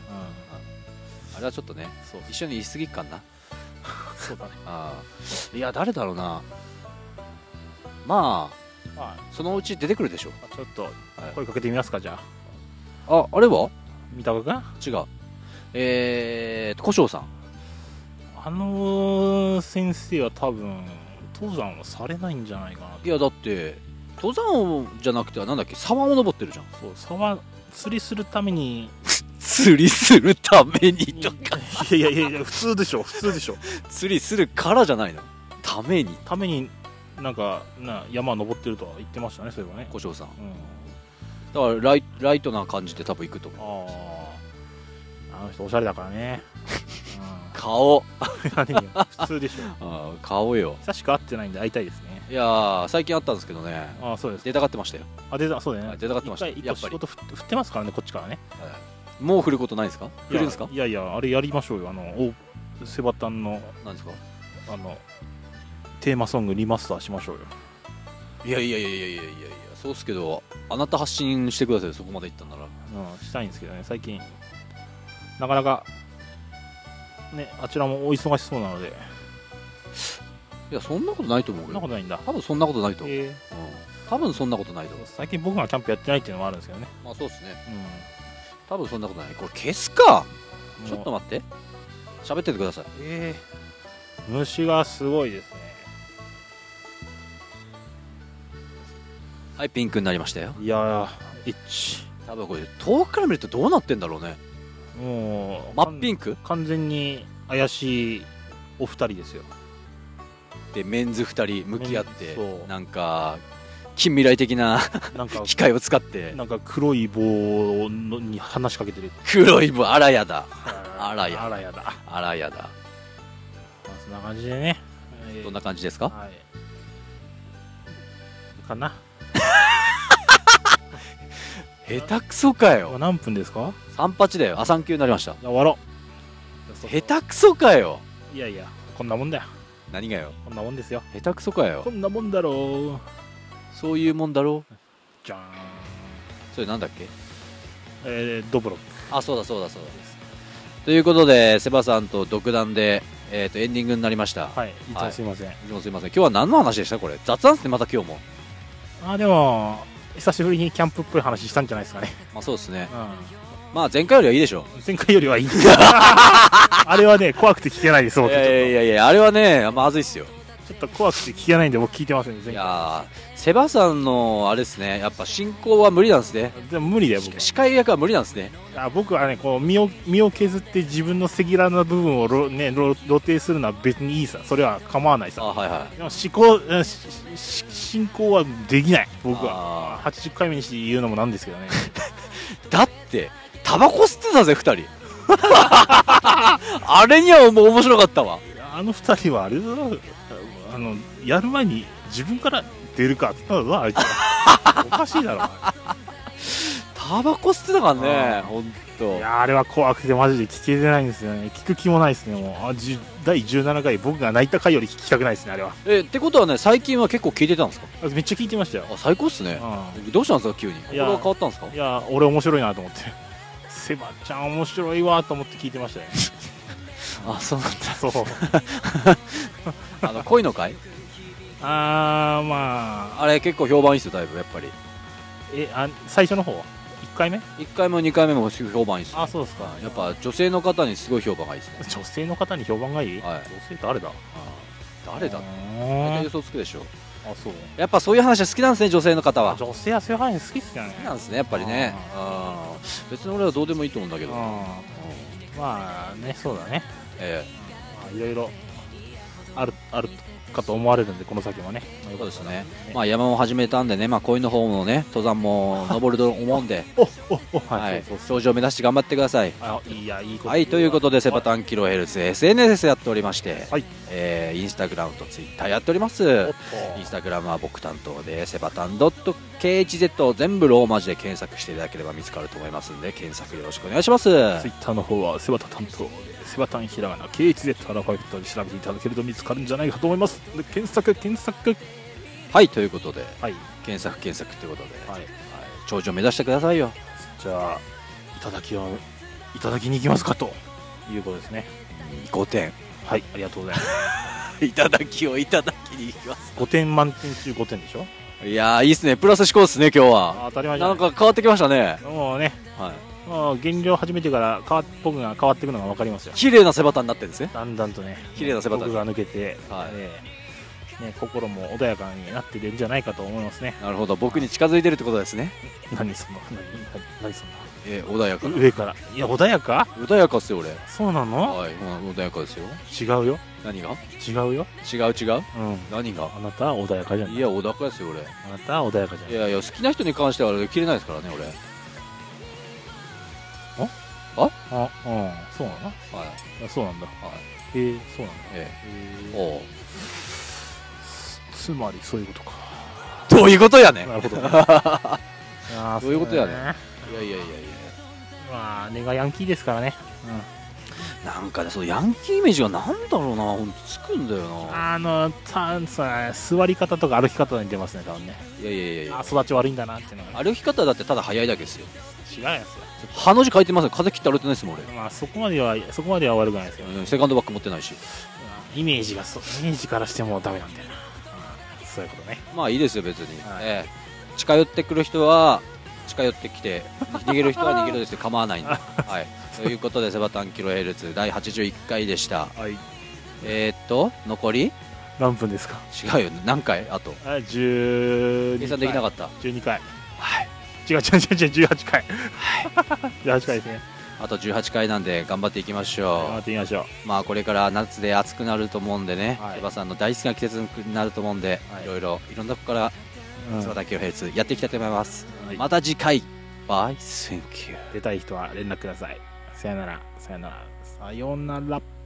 Speaker 1: あれはちょっとね
Speaker 2: そう
Speaker 1: 一緒に言い過ぎっかな
Speaker 2: そうだね
Speaker 1: あーいや誰だろうなまあ
Speaker 2: まあ
Speaker 1: そのうち出てくるでしょ
Speaker 2: まあちょっと声かけてみますかじゃあ
Speaker 1: ああれは
Speaker 2: 三鷹君
Speaker 1: 違うえーと古生さん
Speaker 2: あの先生は多分登山はされないんじゃないかない
Speaker 1: やだって登山じゃなくてなんだっけ沢を登ってるじゃん
Speaker 2: そう沢釣りするために
Speaker 1: 釣りするために
Speaker 2: いや いやいやいや普通でしょ普通でしょ
Speaker 1: 釣りするからじゃないのために
Speaker 2: ためになんかな山登ってるとは言ってましたねそういえばね
Speaker 1: 古生さん
Speaker 2: うん
Speaker 1: だからライライトな感じで多分行くと思う
Speaker 2: あああの人おしゃれだからね、
Speaker 1: 顔
Speaker 2: うん、何よ普通でしょ
Speaker 1: あー顔よ
Speaker 2: 久しく会ってないんで会いたいですね
Speaker 1: いやー最近あったんですけどね
Speaker 2: ああそうです
Speaker 1: 出たがってましたよ
Speaker 2: あ出たそうだよ
Speaker 1: は
Speaker 2: ね
Speaker 1: い出たがってました
Speaker 2: 一回
Speaker 1: や
Speaker 2: 一
Speaker 1: っぱ
Speaker 2: 回仕
Speaker 1: り
Speaker 2: 事振って振ってますからねこっちからね
Speaker 1: もう振ることないですか振るんですか
Speaker 2: いやいやいやあれやりましょうよあのおセバタンの
Speaker 1: なんですか
Speaker 2: あのテーマソングリマスターしましょうよ
Speaker 1: いやいやいやいやいやいやいやそうっすけどあなた発信してくださいよそこまで行ったんなら
Speaker 2: うん、したいんですけどね最近なかなかねあちらもお忙しそうなので
Speaker 1: いやそんなことないと思
Speaker 2: そ
Speaker 1: うんよ
Speaker 2: なことないんだ、
Speaker 1: 多分そんなことないと思う、
Speaker 2: え
Speaker 1: うん多分そんなことないと
Speaker 2: ー
Speaker 1: 思う
Speaker 2: 最近僕がキャンプやってないっていうのもあるんですけどね、
Speaker 1: まあそうですね
Speaker 2: う
Speaker 1: 多分そんなことないこれ消すか
Speaker 2: ん、
Speaker 1: ちょっと
Speaker 2: もう
Speaker 1: 待って喋っててください
Speaker 2: えー虫がすごいですね
Speaker 1: はいピンクになりましたよ
Speaker 2: いやーエッチ
Speaker 1: 多分これ遠くから見るとどうなってんだろうね
Speaker 2: もう
Speaker 1: 真っピ
Speaker 2: ン
Speaker 1: ンク
Speaker 2: 完全に怪しいお二人ですよ
Speaker 1: でメンズ2人向き合っ
Speaker 2: メン
Speaker 1: て
Speaker 2: そう
Speaker 1: なんか近未来的な
Speaker 2: なん か
Speaker 1: 機械を使って
Speaker 2: なんか黒い棒のに話しかけてる
Speaker 1: 黒い分あらやだ あ
Speaker 2: あ
Speaker 1: らや
Speaker 2: あらやだ、ま
Speaker 1: あらやだ
Speaker 2: あ、そんな感じでね、えー
Speaker 1: どんな感じですか
Speaker 2: はいかな、
Speaker 1: 下手くそか
Speaker 2: まあ
Speaker 1: よ
Speaker 2: 何分ですか
Speaker 1: 38だよあ三級になりました
Speaker 2: じゃあ終わろう
Speaker 1: 下手くそかよ
Speaker 2: 手いやいやこんなもんだよ
Speaker 1: 何がよ
Speaker 2: こんなもんですよ
Speaker 1: 下手くそかよ
Speaker 2: こんなもんだろう
Speaker 1: そういうもんだろう
Speaker 2: じゃーん
Speaker 1: それなんだっけ
Speaker 2: えー、ドブロック
Speaker 1: あそうだそうだそうだ
Speaker 2: す
Speaker 1: ということでセバさんと独断で、えー、とエンディングになりました、
Speaker 2: はいいつもすいません、
Speaker 1: いつもすいません今日は何の話でしたこれ雑談ですねまた今日も
Speaker 2: あーでも久しぶりにキャンプっぽい話したんじゃないですかね
Speaker 1: まあそうですね
Speaker 2: う
Speaker 1: まあ前回よりはいいでしょ
Speaker 2: 前回より はいいんだあれはね怖くて聞けないです
Speaker 1: う。い
Speaker 2: 僕ちょっと
Speaker 1: やいやいや、あれはね、まずいっすよ。
Speaker 2: ちょっと怖くて聞けないんで僕聞いてませんね
Speaker 1: い
Speaker 2: 前回
Speaker 1: やーセバさんの、あれですね、やっぱ進行は無理なんですね。
Speaker 2: でも無理だよ僕は
Speaker 1: 司会役は無理なんですね。
Speaker 2: あ僕はねこう身を身を削って自分の赤裸々な部分をろ、ね、ろ露呈するのは別にいいさそれは構わない
Speaker 1: あ
Speaker 2: さ
Speaker 1: はいはい。
Speaker 2: でも思考うんしし進行はできない僕は
Speaker 1: あ
Speaker 2: 80回目にして言うのもなんですけどね
Speaker 1: だって、タバコ吸ってたぜ、二人。 あれにはもう面白かったわ。
Speaker 2: あの二人はあれだろあのやる前に自分から出るかって言ったのだろあいつはおかしいだろ
Speaker 1: タバコ吸ってたからね
Speaker 2: あ、ー
Speaker 1: ほん
Speaker 2: い
Speaker 1: と。
Speaker 2: やーあれは怖くてマジで聞けてないんですよね聞く気もないですねもうあじ第17回僕が泣いた回より聞きたくないですねあれは
Speaker 1: え、ってことはね、最近は結構聞いてたんですか
Speaker 2: あめっちゃ聞いてましたよ、
Speaker 1: あ、最高っすね。
Speaker 2: うん
Speaker 1: どうしたんですか、急に。
Speaker 2: い
Speaker 1: 心
Speaker 2: や
Speaker 1: が変わったんですか
Speaker 2: いや俺面白いなと思って セバちゃん面白いわと思って聞いてましたよ
Speaker 1: あ、そうなんだ。
Speaker 2: そう
Speaker 1: あの、恋の会
Speaker 2: あーまあ
Speaker 1: あれ結構評判いいっすよ、だいぶ、やっぱり。
Speaker 2: えあ最初の方は1回目
Speaker 1: 1回も2回目も評判いいっすよ
Speaker 2: あそうですか
Speaker 1: はいやっぱ女性の方にすごい評判がいいですね。
Speaker 2: 女性の方に評判がいい、
Speaker 1: はい
Speaker 2: 女性誰だ
Speaker 1: 誰だ
Speaker 2: う
Speaker 1: 大体
Speaker 2: ーん
Speaker 1: 予想つくでしょ。
Speaker 2: あそう
Speaker 1: やっぱそういう話は好きなんですね、女性の方は。好
Speaker 2: 女性はそういう話好きっすよね
Speaker 1: きなんですね、やっぱりね。あー別に俺はどうでもいいと思うんだけ
Speaker 2: うん
Speaker 1: ど。
Speaker 2: まあねそうだね
Speaker 1: え
Speaker 2: まあいろいろあるあるかと思われるんでこの先もね
Speaker 1: えそうですね。まあ山も始めたんでね、まあ恋の方もね、登山も登ると思うんで、
Speaker 2: おおお
Speaker 1: は
Speaker 2: はい、
Speaker 1: い
Speaker 2: そうそう、そ
Speaker 1: 頂
Speaker 2: う
Speaker 1: 上目指して頑張ってください。
Speaker 2: あいいやいいこと
Speaker 1: はい、ということで、セ
Speaker 2: バ
Speaker 1: バタンキロヘルツ SNS やっておりまして、
Speaker 2: はい
Speaker 1: えーインスタグラムとツイッターやっておりま
Speaker 2: おっ
Speaker 1: す。
Speaker 2: と
Speaker 1: インスタグラムは僕担当で、セバタン .khz 全部ローマ字で検索していただければ見つかると思いますんで、検索よろしくお願いします。
Speaker 2: ツイッターの方はセバタ担当セバタンひらがな KHZ アルファベットで調べていただけると見つかるんじゃないかと思いますで検索検索
Speaker 1: はい、ということで、
Speaker 2: はい
Speaker 1: 検索検索ということで、
Speaker 2: はい
Speaker 1: 頂上目指してくださいよ。
Speaker 2: じゃあいただきをいただきに行きますかということですね
Speaker 1: 5点。
Speaker 2: はいありがとうございます
Speaker 1: いただきをいただきに行きます。
Speaker 2: 5点満点中5点でしょ
Speaker 1: いやー、いいっすね。プラス思考っすね、今日は。
Speaker 2: あ当たり前じゃ
Speaker 1: な
Speaker 2: なんい
Speaker 1: か変わってきましたね。
Speaker 2: もうね
Speaker 1: はい。
Speaker 2: もう減量始めてから変わ僕が変わっていくのが分かりますよ
Speaker 1: 綺麗なセバタンになってるんですね。
Speaker 2: だんだんとね
Speaker 1: 綺麗な背番だ
Speaker 2: 僕が抜けて、
Speaker 1: はい
Speaker 2: ええね、心も穏やかになってるんじゃないかと思いますね
Speaker 1: なるほど、僕に近づいてるってことですね。
Speaker 2: 何その何何その
Speaker 1: えー穏やかな。
Speaker 2: 上からいや穏やか
Speaker 1: 穏やかっすよ、俺。
Speaker 2: そうなの
Speaker 1: はい、うん穏やかですよ。
Speaker 2: 違うよ
Speaker 1: 何が
Speaker 2: 違うよ
Speaker 1: 違う違う
Speaker 2: うん
Speaker 1: 何が
Speaker 2: あなたは穏やかじゃない
Speaker 1: いや、穏やかですよ、俺。
Speaker 2: あなたは穏やかじゃない
Speaker 1: いやいや、好きな人に関しては切れないですからね、俺。はい。
Speaker 2: あうんそうなの
Speaker 1: はい。
Speaker 2: あそうなんだへえそうなんだ
Speaker 1: ええ
Speaker 2: へえ
Speaker 1: おう
Speaker 2: つまりそういうことか
Speaker 1: ど ういうことやねん
Speaker 2: なるほ どあー
Speaker 1: どういうことやねん
Speaker 2: そう
Speaker 1: いや
Speaker 2: だ
Speaker 1: いやいやい
Speaker 2: まあ根がヤンキーですからね
Speaker 1: や。なんかね、そのヤンキーイメージがなんだろうな、ほんとつくんだよな。
Speaker 2: あのたさ座り方とか歩き方に出ますね多分ね
Speaker 1: いやいやいやい
Speaker 2: あ
Speaker 1: や。
Speaker 2: 育ち悪いんだなっていうのが
Speaker 1: 歩き方だってただ速いだけですよ。
Speaker 2: 違うやつ
Speaker 1: ハの字書いてますよ。風切って歩いてないですもん、俺。
Speaker 2: まあそこまではそこまでは悪くないですけど
Speaker 1: うんセカンドバッグ持ってないし。
Speaker 2: イメージがそうイメージからしてもダメなんだよなうんそういうことね
Speaker 1: まあいいですよ、別に。
Speaker 2: はい
Speaker 1: ええ近寄ってくる人は、近寄ってきて、逃げる人は逃げるですけど構わ ないんで。はい。ということで、セバタンキロヘルツ第81回でした。
Speaker 2: はい
Speaker 1: えー、っと、残り
Speaker 2: 何分ですか
Speaker 1: 違うよ、何回あと。
Speaker 2: あ12
Speaker 1: 計算できなか
Speaker 2: っ
Speaker 1: った。
Speaker 2: た12回
Speaker 1: はい。
Speaker 2: 違う違う違う違う18回18回です ね
Speaker 1: あと18回なんで頑張っていきましょ
Speaker 2: 頑張ってみましょう
Speaker 1: う。まあこれから夏で暑くなると思うんでね、
Speaker 2: はい
Speaker 1: セバさんの大好きな季節になると思うんで、
Speaker 2: はい
Speaker 1: い、ろいろいろんなとこから
Speaker 2: うん
Speaker 1: セバタンキロヘルツやっていきたいと思います。
Speaker 2: はい
Speaker 1: また次回、バイ、センキュー。
Speaker 2: 出たい人は連絡くださいさよならさよならさよなら